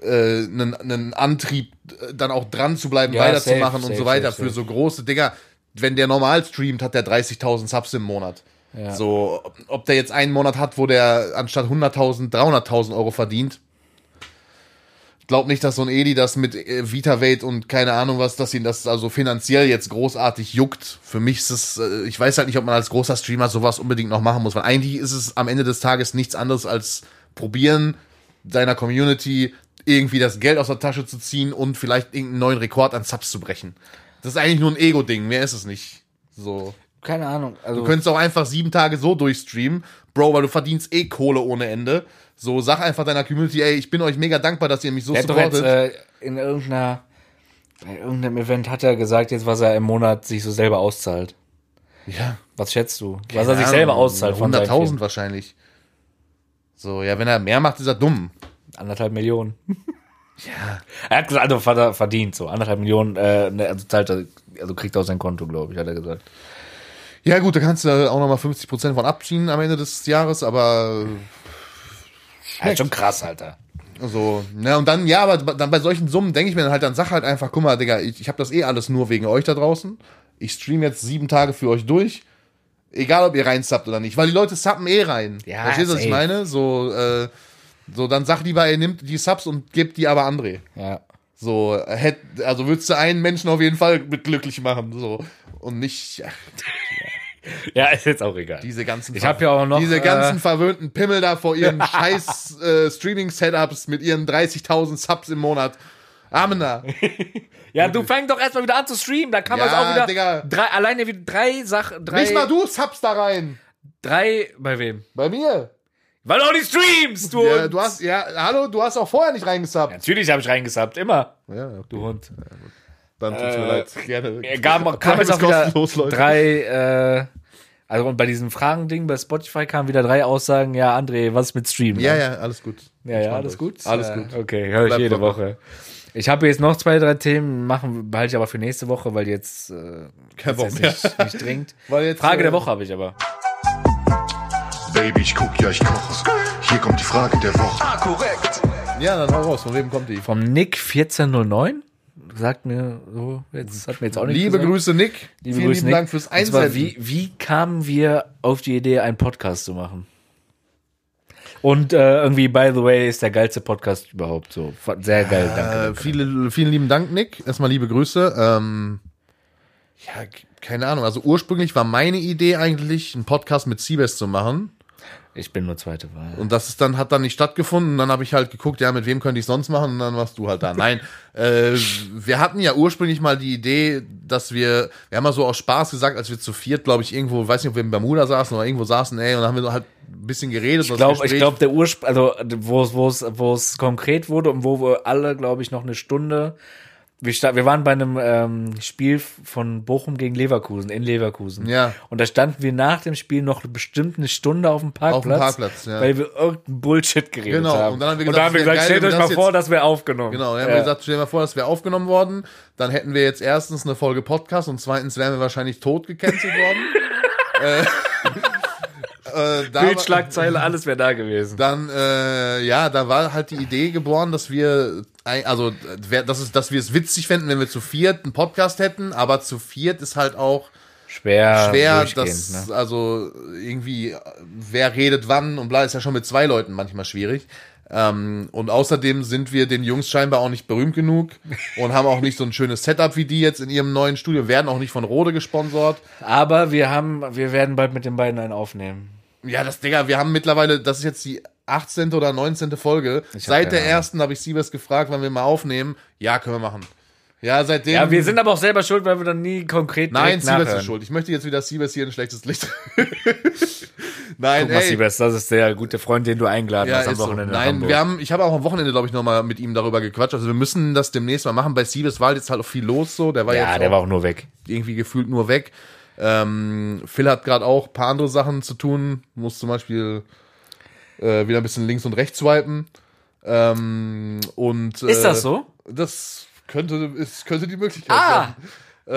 A: äh, einen, einen Antrieb, äh, dann auch dran zu bleiben,
B: Ja,
A: weiterzumachen und
B: safe, safe,
A: so weiter.
B: safe,
A: Für
B: safe.
A: so große Dinger, wenn der normal streamt, hat der 30.000 Subs im Monat.
B: Ja.
A: So, ob- ob der jetzt einen Monat hat, wo der anstatt 100.000 300.000 Euro verdient, glaube nicht, dass so ein Edi das mit äh, VitaVate und keine Ahnung was, dass ihn das also finanziell jetzt großartig juckt. Für mich ist es, äh, ich weiß halt nicht, ob man als großer Streamer sowas unbedingt noch machen muss, weil eigentlich ist es am Ende des Tages nichts anderes als probieren, seiner Community irgendwie das Geld aus der Tasche zu ziehen und vielleicht irgendeinen neuen Rekord an Subs zu brechen. Das ist eigentlich nur ein Ego-Ding, mehr ist es nicht. So.
B: Keine Ahnung. Also,
A: Du könntest auch einfach sieben Tage so durchstreamen, Bro, weil du verdienst eh Kohle ohne Ende. So, sag einfach deiner Community, ey, ich bin euch mega dankbar, dass ihr mich so
B: er hat doch jetzt
A: supportet.
B: äh, in irgendeiner, bei irgendeinem Event hat er gesagt, jetzt was er im Monat sich so selber auszahlt.
A: Ja,
B: Was schätzt du? äh, Was er sich selber auszahlt von seinen
A: 100.000 wahrscheinlich. So, ja, wenn er mehr macht, ist er dumm.
B: vielen- anderthalb Millionen. [LAUGHS] ja. Er hat gesagt, also hat er verdient so anderthalb Millionen, äh, ne, also zahlt er, also kriegt er aus sein Konto, glaube ich, hat er gesagt.
A: Ja, gut, da kannst du da auch nochmal 50% von abziehen am Ende des Jahres, aber äh,
B: Halt schon krass, Alter.
A: So, ne, und dann, ja, aber dann bei solchen Summen denke ich mir dann halt, dann sag halt einfach, guck mal, Digga, ich, ich habe das eh alles nur wegen euch da draußen. Ich stream jetzt sieben Tage für euch durch. Egal, ob ihr rein subbt oder nicht, weil die Leute subben eh rein.
B: Ja,
A: Verstehst du, was ich
B: safe.
A: meine? So, äh, so, dann sag lieber, ihr nimmt die Subs und gebt die aber André.
B: Ja.
A: So, hätt, also würdest du einen Menschen auf jeden Fall mit glücklich machen, so. Und nicht ach,
B: Ja, ist jetzt auch egal.
A: diese ganzen,
B: Ich hab ja auch noch,
A: diese
B: äh,
A: ganzen verwöhnten Pimmel da vor
B: [LAUGHS]
A: ihren scheiß äh, Streaming-Setups mit ihren 30.000 Subs im Monat. Amena.
B: Ja, du fängst doch erstmal wieder an zu streamen, da kann man es
A: Ja,
B: auch wieder
A: Digga.
B: drei alleine wieder drei Sachen, drei
A: Nicht mal du subst da rein.
B: drei bei wem?
A: Bei mir.
B: Weil du auch nicht streamst, du.
A: Ja,
B: Hund.
A: du hast, ja, hallo, du hast auch vorher nicht reingesubbt.
B: Natürlich habe ich reingesubbt, immer.
A: Ja, okay.
B: Du Hund.
A: Dann tut's mir
B: Äh,
A: leid. Gerne.
B: Äh, Kam, kam jetzt auch
A: ist
B: wieder
A: kostenlos, Leute.
B: drei, äh, also und bei diesem Fragending bei Spotify kamen wieder drei Aussagen, ja, André, was mit Streamen?
A: Ja, ja, alles gut.
B: Ja, ja, alles gut.
A: Alles
B: Ja,
A: gut.
B: Okay, höre ich
A: Bleib
B: jede
A: locker.
B: Woche. Ich habe jetzt noch zwei, drei Themen, machen behalte ich aber für nächste Woche, weil jetzt, äh,
A: Kein Bock
B: jetzt
A: mehr.
B: nicht, nicht dringt.
A: [LAUGHS] Weil jetzt,
B: Frage
A: äh,
B: der Woche habe ich aber.
C: Baby, ich guck, ja, ich koche. Hier kommt die Frage der Woche.
A: Ja, dann hau raus. Von wem kommt die?
B: Vom Nick 1409. Sagt mir so, jetzt hat mir jetzt auch nicht
A: Liebe Grüße, Nick.
B: Liebe
A: Vielen
B: Grüße,
A: lieben
B: Nick.
A: Dank fürs
B: Und zwar,
A: Einsenden.
B: Wie, wie kamen wir auf die Idee, einen Podcast zu machen? Und äh, irgendwie, by the way, ist der geilste Podcast überhaupt so. Sehr geil, danke.
A: Äh, viele, vielen lieben Dank, Nick. Erstmal liebe Grüße. Ähm, ja, k- keine Ahnung. Also ursprünglich war meine Idee eigentlich, einen Podcast mit Seabest zu machen.
B: Ich bin nur zweite Wahl.
A: Und das ist dann, hat dann nicht stattgefunden. Und dann habe ich halt geguckt, ja, mit wem könnte ich sonst machen? Und dann warst du halt da. Nein, [LAUGHS] äh, wir hatten ja ursprünglich mal die Idee, dass wir, wir haben mal so aus Spaß gesagt, als wir zu viert, glaube ich, irgendwo, weiß nicht, ob wir in Bermuda saßen oder irgendwo saßen, ey, und dann haben wir so halt ein bisschen geredet.
B: Ich glaube, ich glaube, der Ursprung, also wo es, wo es, wo es konkret wurde und wo wir alle, glaube ich, noch eine Stunde. Wir, sta- wir waren bei einem ähm, Spiel von Bochum gegen Leverkusen in Leverkusen.
A: Ja.
B: Und da standen wir nach dem Spiel noch bestimmt eine Stunde auf dem Parkplatz,
A: Auf dem Parkplatz, ja.
B: weil wir irgendeinen Bullshit geredet
A: Genau,
B: haben.
A: und dann haben wir
B: Und
A: gesagt,
B: haben wir
A: es wär
B: gesagt
A: geil,
B: stellt
A: wenn
B: euch
A: wir
B: mal
A: das
B: vor, dass wir aufgenommen.
A: Genau, dann
B: ja.
A: haben wir gesagt, stell dir mal vor, das wäre aufgenommen worden, dann hätten wir jetzt erstens eine Folge Podcast und zweitens wären wir wahrscheinlich tot gecancelt worden. äh, äh, da war-
B: Bildschlagzeile, alles wäre da gewesen.
A: Dann, äh, ja, da war halt die Idee geboren, dass wir, ein- also, wer- dass, es, dass wir es witzig fänden, wenn wir zu viert einen Podcast hätten, aber zu viert ist halt auch
B: schwer,
A: schwer,
B: Ähm, durchgehend,
A: dass,
B: ne?
A: also, irgendwie, äh, wer redet wann und bla, ist ja schon mit zwei Leuten manchmal schwierig. Ähm, und außerdem sind wir den Jungs scheinbar auch nicht berühmt
B: [LAUGHS]
A: genug und haben auch nicht so ein schönes Setup wie die jetzt in ihrem neuen Studio, werden auch nicht von Rode gesponsert.
B: Aber wir haben, wir werden bald mit den beiden einen aufnehmen.
A: Ja, das, Digga, wir haben mittlerweile, das ist jetzt die 18. oder 19. Folge. Seit der
B: keine Ahnung.
A: ersten habe ich Sievers gefragt, wann wir mal aufnehmen. Ja, können wir machen. Ja, seitdem.
B: Ja, wir sind aber auch selber schuld, weil wir dann nie konkret
A: Nein,
B: direkt
A: Sievers
B: nachhören.
A: ist schuld. Ich möchte jetzt wieder Sievers hier ein schlechtes Licht. [LAUGHS] Nein,
B: Thomas
A: ey.
B: Siebers, das ist der gute Freund, den du eingeladen
A: Ja,
B: hast am
A: ist so.
B: Wochenende. nach
A: Nein,
B: Hamburg.
A: wir haben, ich habe auch am Wochenende, glaube ich, nochmal mit ihm darüber gequatscht. Also wir müssen das demnächst mal machen. Bei Sievers war jetzt halt auch viel los so. Der war
B: ja,
A: jetzt
B: der
A: auch
B: war auch nur weg.
A: irgendwie gefühlt nur weg. Ähm, Phil hat gerade auch ein paar andere Sachen zu tun, muss zum Beispiel äh, wieder ein bisschen links und rechts swipen. Ähm, und, äh,
B: Ist das so?
A: Das könnte, ist, könnte die Möglichkeit
B: Ah,
A: sein.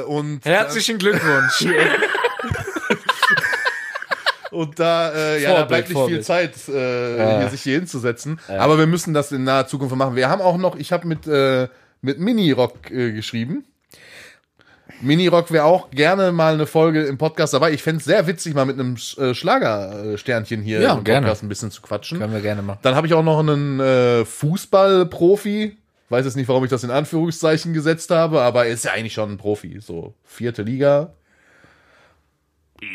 A: Äh, und,
B: herzlichen
A: [LAUGHS]
B: Glückwunsch.
A: und da, äh, ja, da
B: Vorbild,
A: bleibt nicht viel
B: Vorbild.
A: Zeit, äh, hier, sich hier hinzusetzen.
B: Ja.
A: Aber wir müssen das in naher Zukunft machen. Wir haben auch noch, ich habe mit, äh, mit Mini-Rock äh, geschrieben. Minirock wäre auch gerne mal eine Folge im Podcast dabei. Ich fände es sehr witzig, mal mit einem äh, Schlagersternchen hier
B: Ja,
A: im
B: gerne.
A: Podcast ein bisschen zu quatschen.
B: Können wir gerne machen.
A: Dann habe ich auch noch einen äh, Fußballprofi. Weiß jetzt nicht, warum ich das in Anführungszeichen gesetzt habe, aber er ist ja eigentlich schon ein Profi. So vierte Liga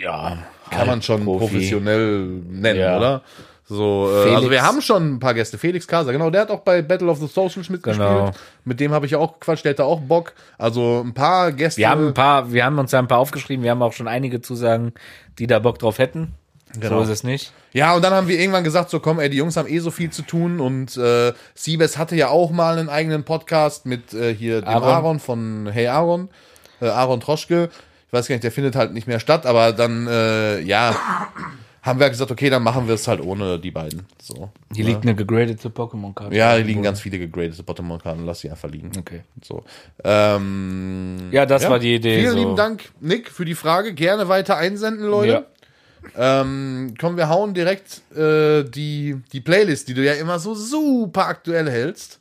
B: Ja.
A: kann man schon professionell nennen,
B: Ja.
A: oder? So, äh,
B: Felix.
A: also wir haben schon ein paar Gäste. Felix Kaser, genau, der hat auch bei Battle of the Socials mitgespielt.
B: Genau.
A: Mit dem habe ich ja auch gequatscht, der hätte auch Bock. Also ein paar Gäste.
B: Wir haben ein paar, wir haben uns da ein paar aufgeschrieben, wir haben auch schon einige Zusagen, die da Bock drauf hätten.
A: Genau.
B: So ist es nicht.
A: Ja, und dann haben wir irgendwann gesagt, so komm, ey, die Jungs haben eh so viel zu tun und äh, Siebes hatte ja auch mal einen eigenen Podcast mit äh, hier dem Aaron,
B: Aaron.
A: von Hey Aaron, äh, Aaron Troschke. Ich weiß gar nicht, der findet halt nicht mehr statt, aber dann, äh, ja, haben wir gesagt, okay, dann machen wir es halt ohne die beiden. So.
B: Hier liegt eine gegradete Pokémon-Karte.
A: Ja, hier liegen ganz viele gegradete Pokémon-Karten, lass sie einfach liegen.
B: Äh, Okay.
A: So. Ähm,
B: Ja, das war die Idee,
A: Vielen
B: so.
A: lieben Dank, Nick, für die Frage. Gerne weiter einsenden, Leute.
B: Ja.
A: Ähm, komm, wir hauen direkt äh, die, die Playlist, die du ja immer so super aktuell hältst.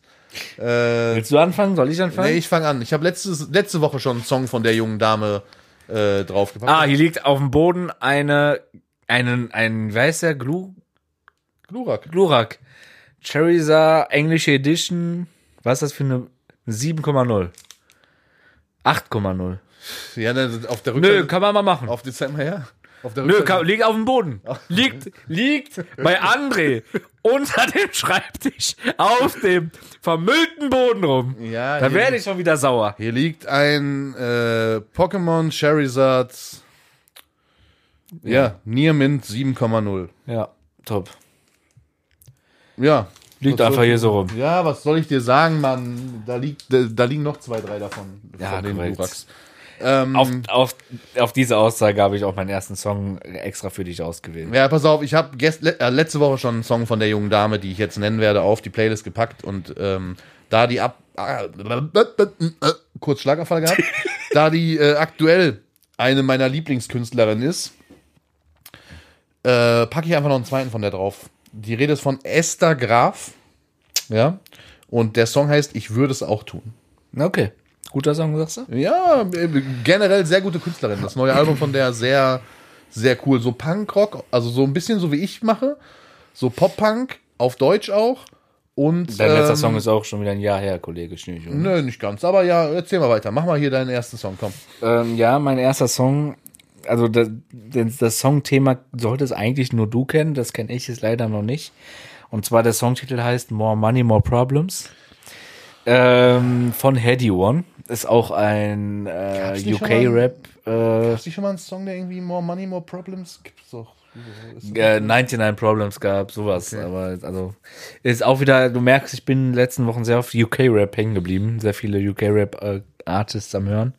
A: Äh,
B: Willst du anfangen? Soll ich anfangen?
A: nee, ich fange an. Ich habe letzte, letzte Woche schon einen Song von der jungen Dame äh, draufgepackt.
B: ah, hier liegt auf dem Boden eine, einen, ein weißer Glu,
A: Glurak.
B: Glurak. Charizard, englische Edition. Was ist das für eine 7,0? 8,0.
A: Ja, ne, auf der
B: Nö,
A: Rückseite.
B: kann man mal machen.
A: auf Dezember, ja. Auf der
B: Nö,
A: Rückseite.
B: kann, liegt auf dem Boden. Liegt, liegt bei André unter dem Schreibtisch auf dem vermüllten Boden rum.
A: Ja,
B: da
A: hier-
B: werde ich schon wieder sauer.
A: Hier liegt ein äh, Pokémon Charizard. Ja, Niermint 7,0.
B: Ja, top.
A: Ja.
B: Liegt
A: Was
B: einfach
A: soll-
B: hier so rum.
A: Ja, was soll ich dir sagen, Mann? Da, liegt, da, da liegen noch zwei, drei davon.
B: Ja,
A: von den
B: korrekt.
A: Duraks. Ähm,
B: Auf, auf, auf diese Aussage habe ich auch meinen ersten Song extra für dich ausgewählt.
A: ja, pass auf, ich habe äh, letzte Woche schon einen Song von der jungen Dame, die ich jetzt nennen werde, auf die Playlist gepackt und ähm, da die ab. ah, äh, kurz Schlaganfall gehabt. da die äh, aktuell eine meiner Lieblingskünstlerinnen ist, äh, packe ich einfach noch einen zweiten von der drauf. Die Rede ist von Esther Graf. Ja. Und der Song heißt Ich würde es auch tun.
B: Okay. Guter Song, sagst du?
A: Ja, äh, generell sehr gute Künstlerin. Das neue Album von der sehr, sehr cool. So Punkrock, also so ein bisschen so wie ich mache. So Pop-Punk, auf Deutsch auch. Und.
B: Dein letzter
A: ähm,
B: Song ist auch schon wieder ein Jahr her, Kollege Schnüch. oder?
A: Nö, nicht ganz. Aber ja, erzähl mal weiter. Mach mal hier deinen ersten Song, komm.
B: Ähm, ja, mein erster Song, also das, das, das Songthema sollte es eigentlich nur du kennen, das kenne ich jetzt leider noch nicht. Und zwar der Songtitel heißt More Money, More Problems. Ähm, von Heady One. Ist auch ein äh,
A: Gab's nicht schon mal-
B: UK-Rap. Äh,
A: Hast du schon mal einen Song, der irgendwie More Money, More Problems? Gibt's doch. Ist-
B: äh, 99 Problems gab, sowas. Aber also ist auch wieder, du merkst, ich bin in den letzten Wochen sehr auf UK-Rap hängen geblieben. Sehr viele UK-Rap-Artists am Hören.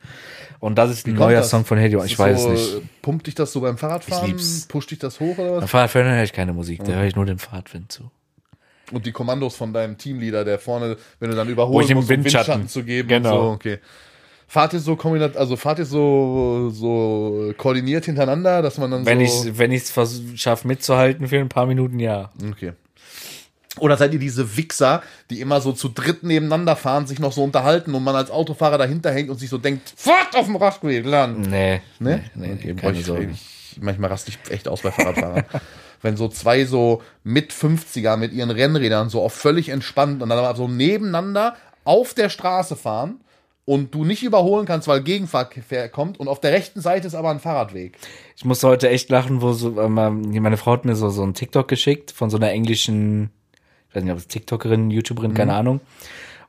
B: Und das ist ein
A: kommt
B: neuer
A: das?
B: Song von Heady One.
A: ist
B: Ich weiß
A: so,
B: es nicht.
A: äh, Pumpt dich das so beim Fahrradfahren?
B: lieb's.
A: Pusht dich das hoch oder
B: Beim
A: was?
B: Fahrradfahren höre ich keine Musik, da höre ich nur den Fahrtwind zu.
A: Und die Kommandos von deinem Teamleader, der vorne, wenn du dann überholst,
B: ich im Windschatten.
A: zu geben.
B: Genau.
A: Und so, okay. Fahrt ihr so kombinat, also fahrt ihr so, so koordiniert hintereinander, dass man dann
B: Wenn
A: so.
B: ich wenn ich es schaffe mitzuhalten für ein paar Minuten, ja.
A: okay. Oder seid ihr diese Wichser, die immer so zu dritt nebeneinander fahren, sich noch so unterhalten und man als Autofahrer dahinter hängt und sich so denkt, fort auf dem Rastweg, Land.
B: Nee.
A: Ne?
B: Nee,
A: okay,
B: keine
A: boah, ich,
B: Sorgen.
A: ich, manchmal raste ich echt aus bei Fahrradfahrern. [LAUGHS] Wenn so zwei so mit 50er mit ihren Rennrädern so auf völlig entspannt und dann aber so nebeneinander auf der Straße fahren und du nicht überholen kannst, weil Gegenverkehr kommt und auf der rechten Seite ist aber ein Fahrradweg.
B: Ich musste heute echt lachen, wo so, ähm, meine Frau hat mir so, so ein TikTok geschickt von so einer englischen, ich weiß nicht, ob es TikTokerin, YouTuberin, keine Ahnung.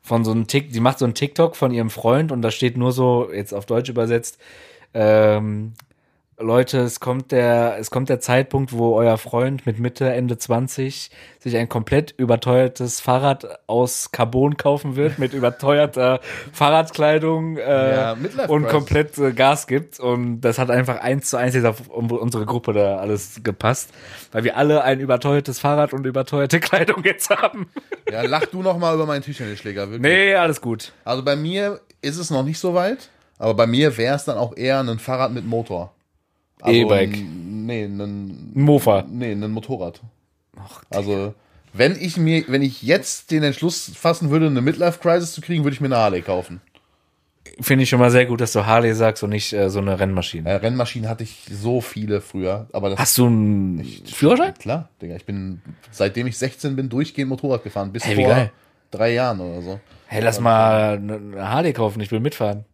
B: Von so einem Tik, die macht so einen TikTok von ihrem Freund und da steht nur so, jetzt auf Deutsch übersetzt, ähm, Leute, es kommt der, es kommt der Zeitpunkt, wo euer Freund mit Mitte, Ende 20 sich ein komplett überteuertes Fahrrad aus Carbon kaufen wird, mit überteuerter Fahrradkleidung äh,
A: Ja, Midlife
B: und
A: Crisis.
B: komplett äh, Gas gibt. Und das hat einfach eins zu eins jetzt auf um- unsere Gruppe da alles gepasst, weil wir alle ein überteuertes Fahrrad und überteuerte [LAUGHS] Kleidung jetzt haben.
A: Ja, lach du noch mal über meinen Tischtennisschläger, wirklich.
B: Nee, alles gut.
A: Also bei mir ist es noch nicht so weit, aber bei mir wäre es dann auch eher ein Fahrrad mit Motor. Also
B: E-Bike.
A: ein- Nee, ein
B: Ein Mofa.
A: Nee, ein Motorrad. also, wenn ich mir, wenn ich jetzt den Entschluss fassen würde, eine Midlife-Crisis zu kriegen, würde ich mir eine Harley kaufen.
B: finde ich schon mal sehr gut, dass du Harley sagst und nicht äh, so eine Rennmaschine.
A: Äh, Rennmaschinen hatte ich so viele früher, aber das
B: Hast du einen Führerschein?
A: Klar, Digga, ich bin, seitdem ich 16 bin, durchgehend Motorrad gefahren, bis
B: Hey, wie
A: vor
B: geil.
A: drei Jahren oder so.
B: Hey, lass mal eine Harley kaufen, ich will mitfahren.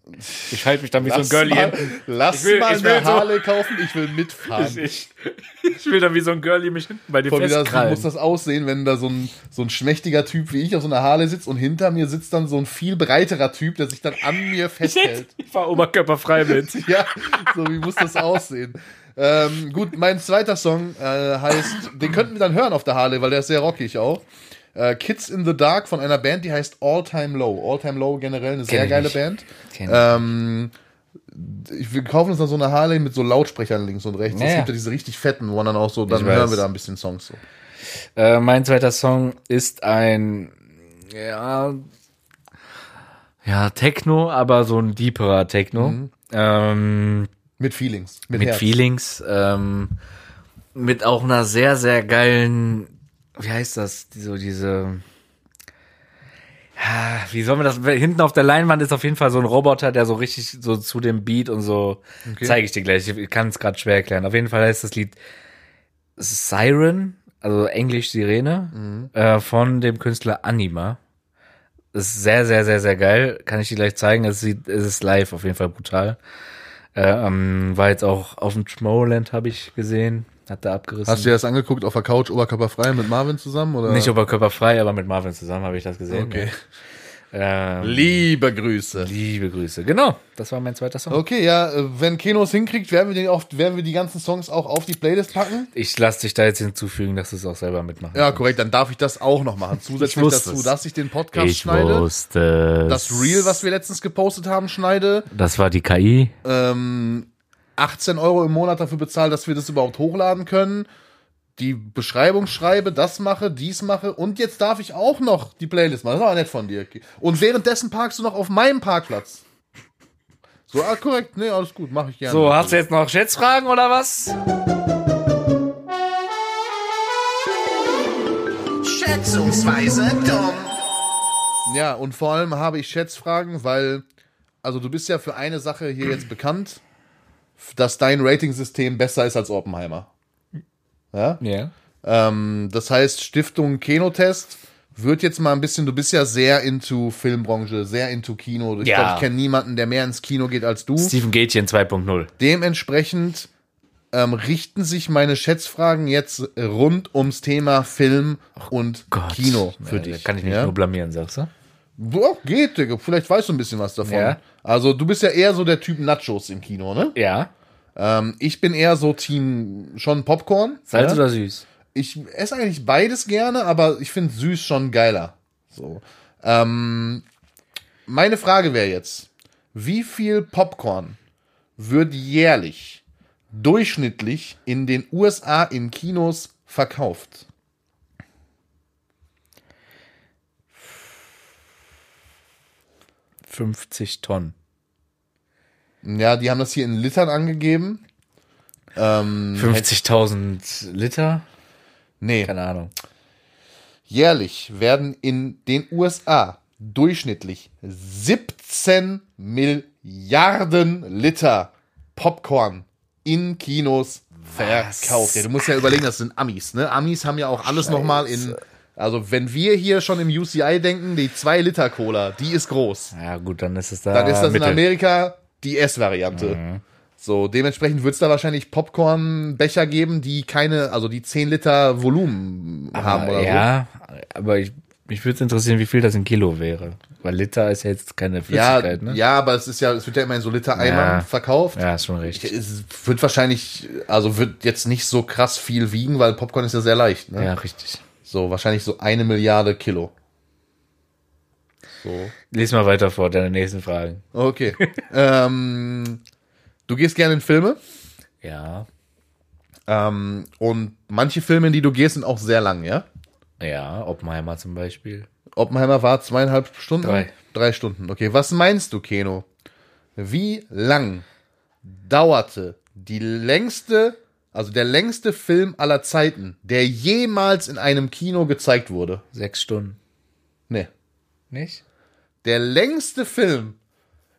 B: Ich halte mich dann wie so ein Girlie
A: mal,
B: hin.
A: lass
B: Ich will-
A: mal
B: ich will
A: eine
B: so-
A: Harley kaufen, ich will mitfahren.
B: [LAUGHS] Ich, ich will dann wie so ein Girlie mich hinten bei dir
A: Voll wieder, so
B: festkrallen.
A: muss das aussehen, wenn da so ein, so ein schmächtiger Typ wie ich auf so einer Harley sitzt und hinter mir sitzt dann so ein viel breiterer Typ, der sich dann an mir festhält.
B: [LAUGHS] [LAUGHS] Ich war oberkörperfrei mit.
A: Ja, so wie muss das aussehen? Ähm, gut, mein zweiter Song äh, heißt, den könnten wir dann hören auf der Harley, weil der ist sehr rockig auch. Äh, Kids in the Dark von einer Band, die heißt All Time Low. All Time Low generell eine sehr
B: ich
A: geile
B: nicht.
A: Band.
B: [LAUGHS] Kenn ich
A: Ähm, ich, wir kaufen uns dann so eine Harley mit so Lautsprechern links und rechts.
B: Ja,
A: Es
B: ja.
A: gibt ja diese richtig fetten, wo man dann auch so, dann
B: Ich weiß.
A: hören wir da ein bisschen Songs so.
B: Äh, mein zweiter Song ist ein ja, ja Techno, aber so ein deeperer Techno. Ähm,
A: Mit Feelings. Mit,
B: mit
A: Herz.
B: Feelings, ähm, mit auch einer sehr, sehr geilen, wie heißt das, Die- so diese, ja, wie soll man das, hinten auf der Leinwand ist auf jeden Fall so ein Roboter, der so richtig so zu dem Beat und so, zeige ich dir gleich, ich kann es gerade schwer erklären. Auf jeden Fall heißt das Lied Siren, also Englisch Sirene,
A: Mhm.
B: äh, von dem Künstler Anima. Ist sehr, sehr, sehr, sehr geil. Kann ich dir gleich zeigen. Es, sieht, es ist live auf jeden Fall brutal. Äh, ähm, war jetzt auch auf dem Tomorrowland, habe ich gesehen. Hat da abgerissen.
A: Hast du dir das angeguckt auf der Couch, oberkörperfrei mit Marvin zusammen? Oder?
B: Nicht oberkörperfrei, aber mit Marvin zusammen habe ich das gesehen.
A: Okay.
B: Ja. Ähm,
A: Liebe Grüße.
B: liebe Grüße. Genau, das war mein zweiter Song.
A: Okay, ja, äh, wenn Keno es hinkriegt, werden wir, den auf, werden wir die ganzen Songs auch auf die Playlist packen.
B: Ich lasse dich da jetzt hinzufügen, dass du es auch selber mitmachst.
A: Ja, korrekt, dann darf ich das auch noch machen.
B: Ich
A: Zusätzlich
B: wusste
A: dazu,
B: es.
A: dass ich den Podcast
B: ich
A: schneide,
B: wusste.
A: das Reel, was wir letztens gepostet haben, schneide,
B: Das war die KI.
A: ähm, 18 Euro im Monat dafür bezahle, dass wir das überhaupt hochladen können, die Beschreibung schreibe, das mache, dies mache und jetzt darf ich auch noch die Playlist machen. Das ist aber nett von dir. Und währenddessen parkst du noch auf meinem Parkplatz. So, ah, korrekt, nee, alles gut, mache ich gerne.
B: So, hast du jetzt noch Schätzfragen oder was?
D: Schätzungsweise dumm.
A: Ja, und vor allem habe ich Schätzfragen, weil, also du bist ja für eine Sache hier jetzt bekannt, f- dass dein Ratingsystem besser ist als Oppenheimer. Ja?
B: Ja.
A: Ähm, das heißt, Stiftung Kinotest wird jetzt mal ein bisschen, du bist ja sehr into Filmbranche, sehr into Kino. Ich
B: Ja.
A: glaube, ich kenne niemanden, der mehr ins Kino geht als du.
B: Stephen Gätchen 2.0.
A: Dementsprechend ähm, richten sich meine Schätzfragen jetzt rund ums Thema Film und Kino für
B: Ja, da
A: dich.
B: Kann ich mich
A: ja?
B: nur blamieren, sagst du?
A: Boah, geht, Digga. Vielleicht weißt du ein bisschen was davon.
B: Ja.
A: Also, du bist ja eher so der Typ Nachos im Kino, ne?
B: Ja.
A: Ähm, ich bin eher so Team schon Popcorn.
B: Salz
A: ja?
B: oder süß?
A: Ich esse eigentlich beides gerne, aber ich finde süß schon geiler. So. Ähm, meine Frage wäre jetzt: Wie viel Popcorn wird jährlich durchschnittlich in den USA in Kinos verkauft?
B: Salz 50 Tonnen.
A: Ja, die haben das hier in Litern angegeben.
B: Hm. 50.000 Liter?
A: Nee.
B: Keine Ahnung.
A: Jährlich werden in den USA durchschnittlich 17 Milliarden Liter Popcorn in Kinos verkauft. Ja, du musst ja überlegen, das sind Amis, ne? Amis haben ja auch alles nochmal in. Also, wenn wir hier schon im UCI denken, die 2 Liter Cola, die ist groß.
B: Ja, gut, dann ist es da.
A: Dann ist das in
B: Ah, Mittel. Mhm.
A: Amerika die S-Variante. So, dementsprechend wird es da wahrscheinlich Popcorn-Becher geben, die keine, also die 10 Liter Volumen haben oder so.
B: ja, aber ich, mich würde interessieren, wie viel das in Kilo wäre. Weil Liter ist ja jetzt keine
A: Ja,
B: Flüssigkeit, ne?
A: ja, aber es ist ja, es wird ja immer in so Liter-Eimern
B: Ja.
A: verkauft.
B: ja, ist schon richtig.
A: Es wird wahrscheinlich, also wird jetzt nicht so krass viel wiegen, weil Popcorn ist ja sehr leicht. Ne?
B: Ja, richtig.
A: So, wahrscheinlich so eine Milliarde Kilo. So.
B: Lies mal weiter vor, deine nächsten Fragen. [LAUGHS]
A: Okay. ähm, du gehst gerne in Filme
B: Ja,
A: ähm, und manche Filme, in die du gehst, sind auch sehr lang, ja?
B: ja, Oppenheimer zum Beispiel.
A: Oppenheimer war zweieinhalb Stunden?
B: Drei.
A: Drei Stunden. Okay, was meinst du, Keno? Wie lang dauerte die längste, also der längste Film aller Zeiten, der jemals in einem Kino gezeigt wurde?
B: Sechs Stunden.
A: Nee.
B: Nicht?
A: Der längste Film,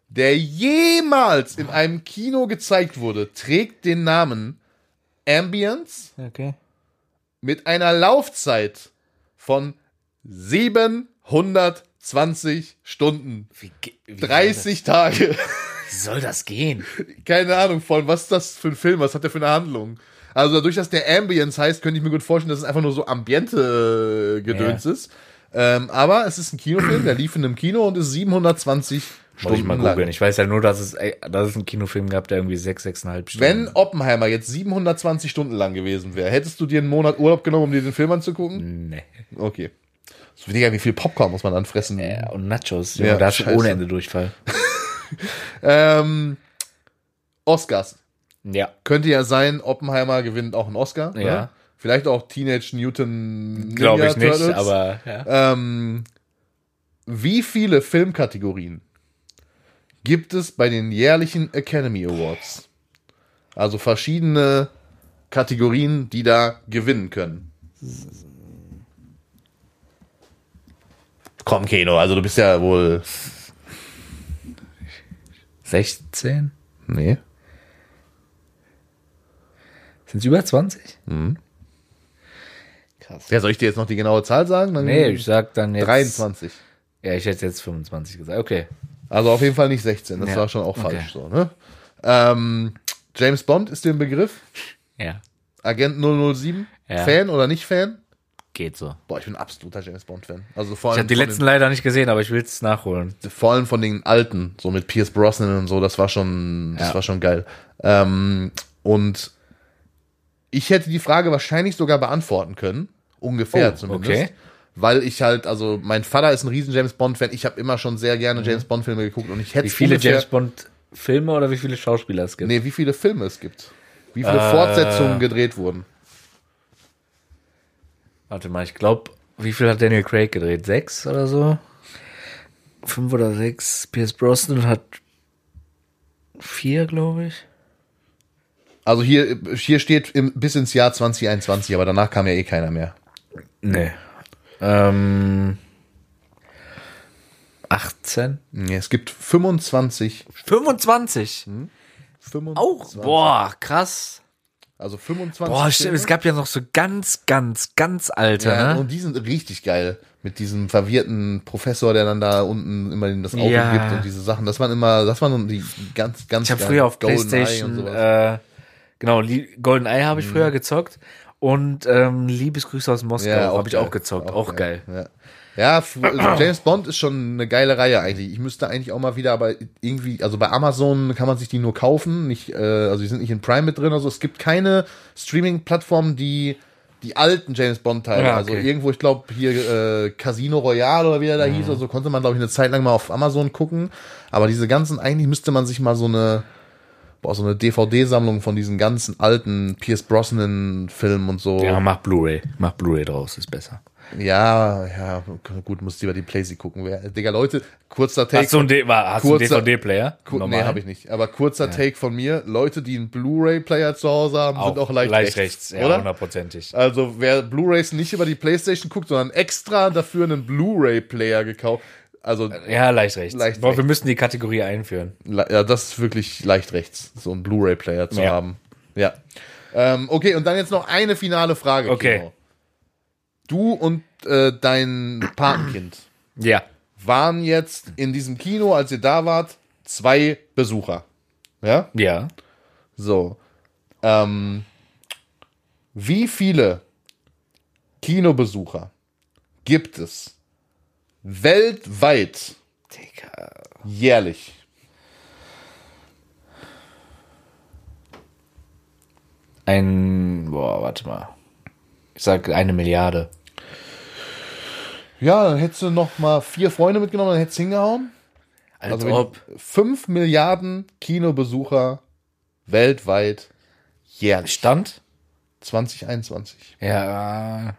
A: der jemals in einem Kino gezeigt wurde, trägt den Namen Ambience
B: Okay.
A: mit einer Laufzeit von 720 Stunden.
B: Wie, ge- wie soll
A: 30 Tage. [LAUGHS]
B: das- Wie soll das gehen?
A: Keine Ahnung von, was ist das für ein Film, was hat der für eine Handlung? Also dadurch, dass der Ambience heißt, könnte ich mir gut vorstellen, dass es einfach nur so Ambiente-Gedöns ist. Ähm, aber es ist ein Kinofilm, der lief in einem Kino und ist 720
B: Muss ich
A: Stunden
B: mal
A: lang.
B: googeln. Ich weiß ja nur, dass es, ey, dass es einen Kinofilm gab, der irgendwie sechs, sechseinhalb Stunden.
A: Wenn Oppenheimer jetzt 720 Stunden lang gewesen wäre, hättest du dir einen Monat Urlaub genommen, um dir den Film anzugucken?
B: Nee.
A: Okay. So weniger wie viel Popcorn muss man dann fressen.
B: Ja, und Nachos.
A: Ja,
B: Ja, da hast du
A: scheiße.
B: ohne Ende Durchfall.
A: Ähm, Oscars.
B: Ja.
A: Könnte ja sein, Oppenheimer gewinnt auch einen Oscar.
B: Ja.
A: Ne? Vielleicht auch Teenage Newton.
B: Glaube ich
A: Ninja
B: nicht,
A: Turtles.
B: aber ja.
A: Ähm, wie viele Filmkategorien gibt es bei den jährlichen Academy Awards? Also verschiedene Kategorien, die da gewinnen können. Komm, Keno, also du bist ja wohl.
B: 16?
A: Nee.
B: Sind es über 20?
A: Hm. Ja, soll ich dir jetzt noch die genaue Zahl sagen? Dann
B: Nee, ich sag dann jetzt.
A: 23.
B: Ja, ich hätte jetzt 25 gesagt. Okay.
A: Also auf jeden Fall nicht 16, das
B: Ja.
A: war schon auch
B: Okay.
A: falsch so, ne? Ähm, James Bond ist dir ein Begriff?
B: Ja.
A: Agent 007?
B: Ja.
A: Fan oder nicht Fan?
B: Geht so.
A: Boah, ich bin ein absoluter James Bond-Fan. Also vor
B: Ich
A: allem,
B: habe die
A: von
B: letzten leider nicht gesehen, aber ich will es nachholen.
A: den, vor allem von den alten, so mit Pierce Brosnan und so, das war schon, das
B: Ja.
A: war schon geil. Ähm, und ich hätte die Frage wahrscheinlich sogar beantworten können, ungefähr
B: Oh,
A: zumindest.
B: okay.
A: Weil ich halt, also mein Vater ist ein riesen James Bond-Fan, ich habe immer schon sehr gerne James Bond-Filme geguckt und ich hätte
B: Mhm. Wie viele
A: ungefähr-
B: James Bond Filme oder wie viele Schauspieler es gibt?
A: Nee, wie viele Filme es gibt. Wie viele
B: Äh.
A: Fortsetzungen gedreht wurden.
B: Warte mal, ich glaube, wie viel hat Daniel Craig gedreht? Sechs oder so? Fünf oder sechs. Pierce Brosnan hat vier, glaube ich.
A: Also hier, hier steht im, bis ins Jahr 2021, aber danach kam ja eh keiner mehr.
B: Nee. Ähm. 18?
A: Nee, es gibt 25.
B: 25?
A: 25
B: Auch? Hm? Boah, krass.
A: Also 25.
B: Boah, stimmt.
A: Filme.
B: Es gab ja noch so ganz, ganz, ganz alte,
A: ja,
B: ne?
A: Und die sind richtig geil. Mit diesem verwirrten Professor, der dann da unten immer das Auto
B: Ja.
A: gibt und diese Sachen. Das waren immer, das waren die ganz, ganz
B: Ich habe
A: geilen
B: früher auf
A: Goldeneye
B: PlayStation,
A: sowas.
B: äh, genau, Lie- GoldenEye habe ich früher gezockt und ähm, Liebesgrüße aus Moskau
A: Ja, auch
B: habe ich
A: geil.
B: auch gezockt,
A: Auch
B: auch, geil.
A: Ja, f- also James Bond ist schon eine geile Reihe eigentlich. Ich müsste eigentlich auch mal wieder, aber irgendwie, also bei Amazon kann man sich die nur kaufen, nicht, äh, also die sind nicht in Prime mit drin. Also es gibt keine Streaming-Plattform, die die alten James Bond-Teile,
B: Ja,
A: also
B: okay.
A: irgendwo, ich glaube, hier äh, Casino Royale oder wie der da hieß,
B: Mhm.
A: also konnte man, glaube ich, eine Zeit lang mal auf Amazon gucken. Aber diese ganzen, eigentlich müsste man sich mal so eine, boah, so eine DVD-Sammlung von diesen ganzen alten Pierce Brosnan-Filmen und so.
B: Ja, mach Blu-ray, mach Blu-ray draus, ist besser.
A: Ja, ja, gut, musst lieber die Playsee gucken. Wer- Digga, Leute, kurzer Take.
B: Hast du einen, D- war- hast du einen
A: kurzer-
B: DVD-Player?
A: Ku- nee, habe ich nicht. Aber kurzer Take von mir. Leute, die einen Blu-ray-Player zu Hause haben, sind auch leicht, rechts,
B: ja,
A: oder?
B: hundertprozentig.
A: Also, wer Blu-rays nicht über die Playstation guckt, sondern extra dafür einen Blu-ray-Player gekauft, also,
B: Äh, Ja, leicht rechts.
A: Leicht
B: Boah,
A: rechts.
B: wir müssen die Kategorie einführen.
A: le- ja, das ist wirklich leicht rechts, so einen Blu-ray-Player zu
B: Ja.
A: haben. Ja. Ähm, okay, und dann jetzt noch eine finale Frage.
B: Okay.
A: Kino. Du und äh, dein Patenkind.
B: Ja.
A: waren jetzt in diesem Kino, als ihr da wart, zwei Besucher. Ja?
B: Ja.
A: So. Ähm, wie viele Kinobesucher gibt es weltweit
B: Digga.
A: jährlich?
B: Ein, boah, warte mal. Ich sag eine Milliarde.
A: Ja, dann hättest du noch mal vier Freunde mitgenommen, dann hättest du hingehauen.
B: Als
A: Also wenn-
B: ob.
A: Fünf Milliarden Kinobesucher weltweit jährlich.
B: Stand?
A: 2021.
B: Ja.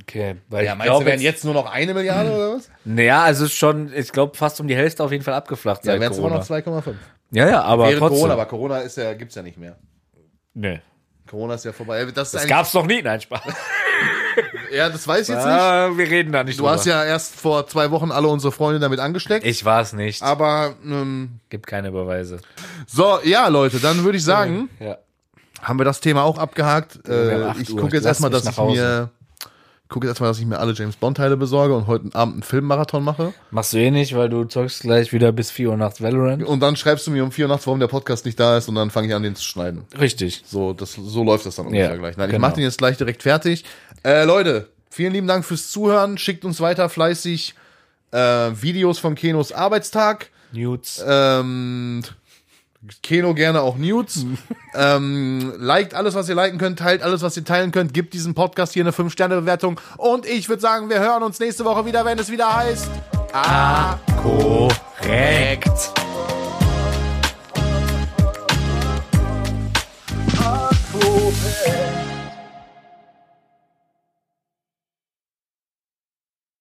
B: Okay, weil
A: Ja,
B: ich
A: meinst du,
B: glaube
A: werden jetzt nur noch eine Milliarde oder was?
B: Naja, also es ist schon, ich glaube, fast um die Hälfte auf jeden Fall abgeflacht
A: Ja,
B: seit
A: wären es immer
B: Corona.
A: noch 2,5.
B: ja, ja, aber
A: Während
B: trotzdem.
A: Corona, aber Corona ist ja, gibt's ja nicht mehr.
B: nee.
A: Corona ist ja vorbei. Äh, Das ist
B: Das
A: eigentlich-
B: gab's noch nie, nein, Spaß.
A: Ja, das weiß ich jetzt nicht.
B: Ah, wir reden da nicht
A: Du hast ja erst vor zwei Wochen alle unsere Freunde damit angesteckt.
B: Ich war es nicht.
A: Aber ähm,
B: Gibt keine Beweise.
A: so, ja, Leute, dann würde ich sagen,
B: Ja.
A: haben wir das Thema auch abgehakt.
B: haben
A: Äh,
B: acht
A: ich
B: Uhr.
A: gucke jetzt
B: Lass
A: erstmal,
B: mich
A: dass ich
B: nach Hause.
A: mir ich gucke jetzt erstmal, dass ich mir alle James Bond Teile besorge und heute Abend einen Filmmarathon mache.
B: Machst du eh nicht, weil du zockst gleich wieder bis 4 Uhr nachts Valorant.
A: Und dann schreibst du mir um vier Uhr nachts, warum der Podcast nicht da ist, und dann fange ich an, den zu schneiden.
B: Richtig.
A: So, das, so läuft das dann ungefähr gleich. Nein, ich
B: genau.
A: mache den jetzt gleich direkt fertig. Äh, Leute, vielen lieben Dank fürs Zuhören. Schickt uns weiter fleißig äh, Videos von Kenos Arbeitstag.
B: Nudes.
A: Ähm, Keno gerne auch Nudes. ähm, liked alles, was ihr liken könnt, teilt alles, was ihr teilen könnt, gibt diesem Podcast hier eine 5-Sterne-Bewertung. Und ich würde sagen, wir hören uns nächste Woche wieder, wenn es wieder heißt.
B: Korrekt.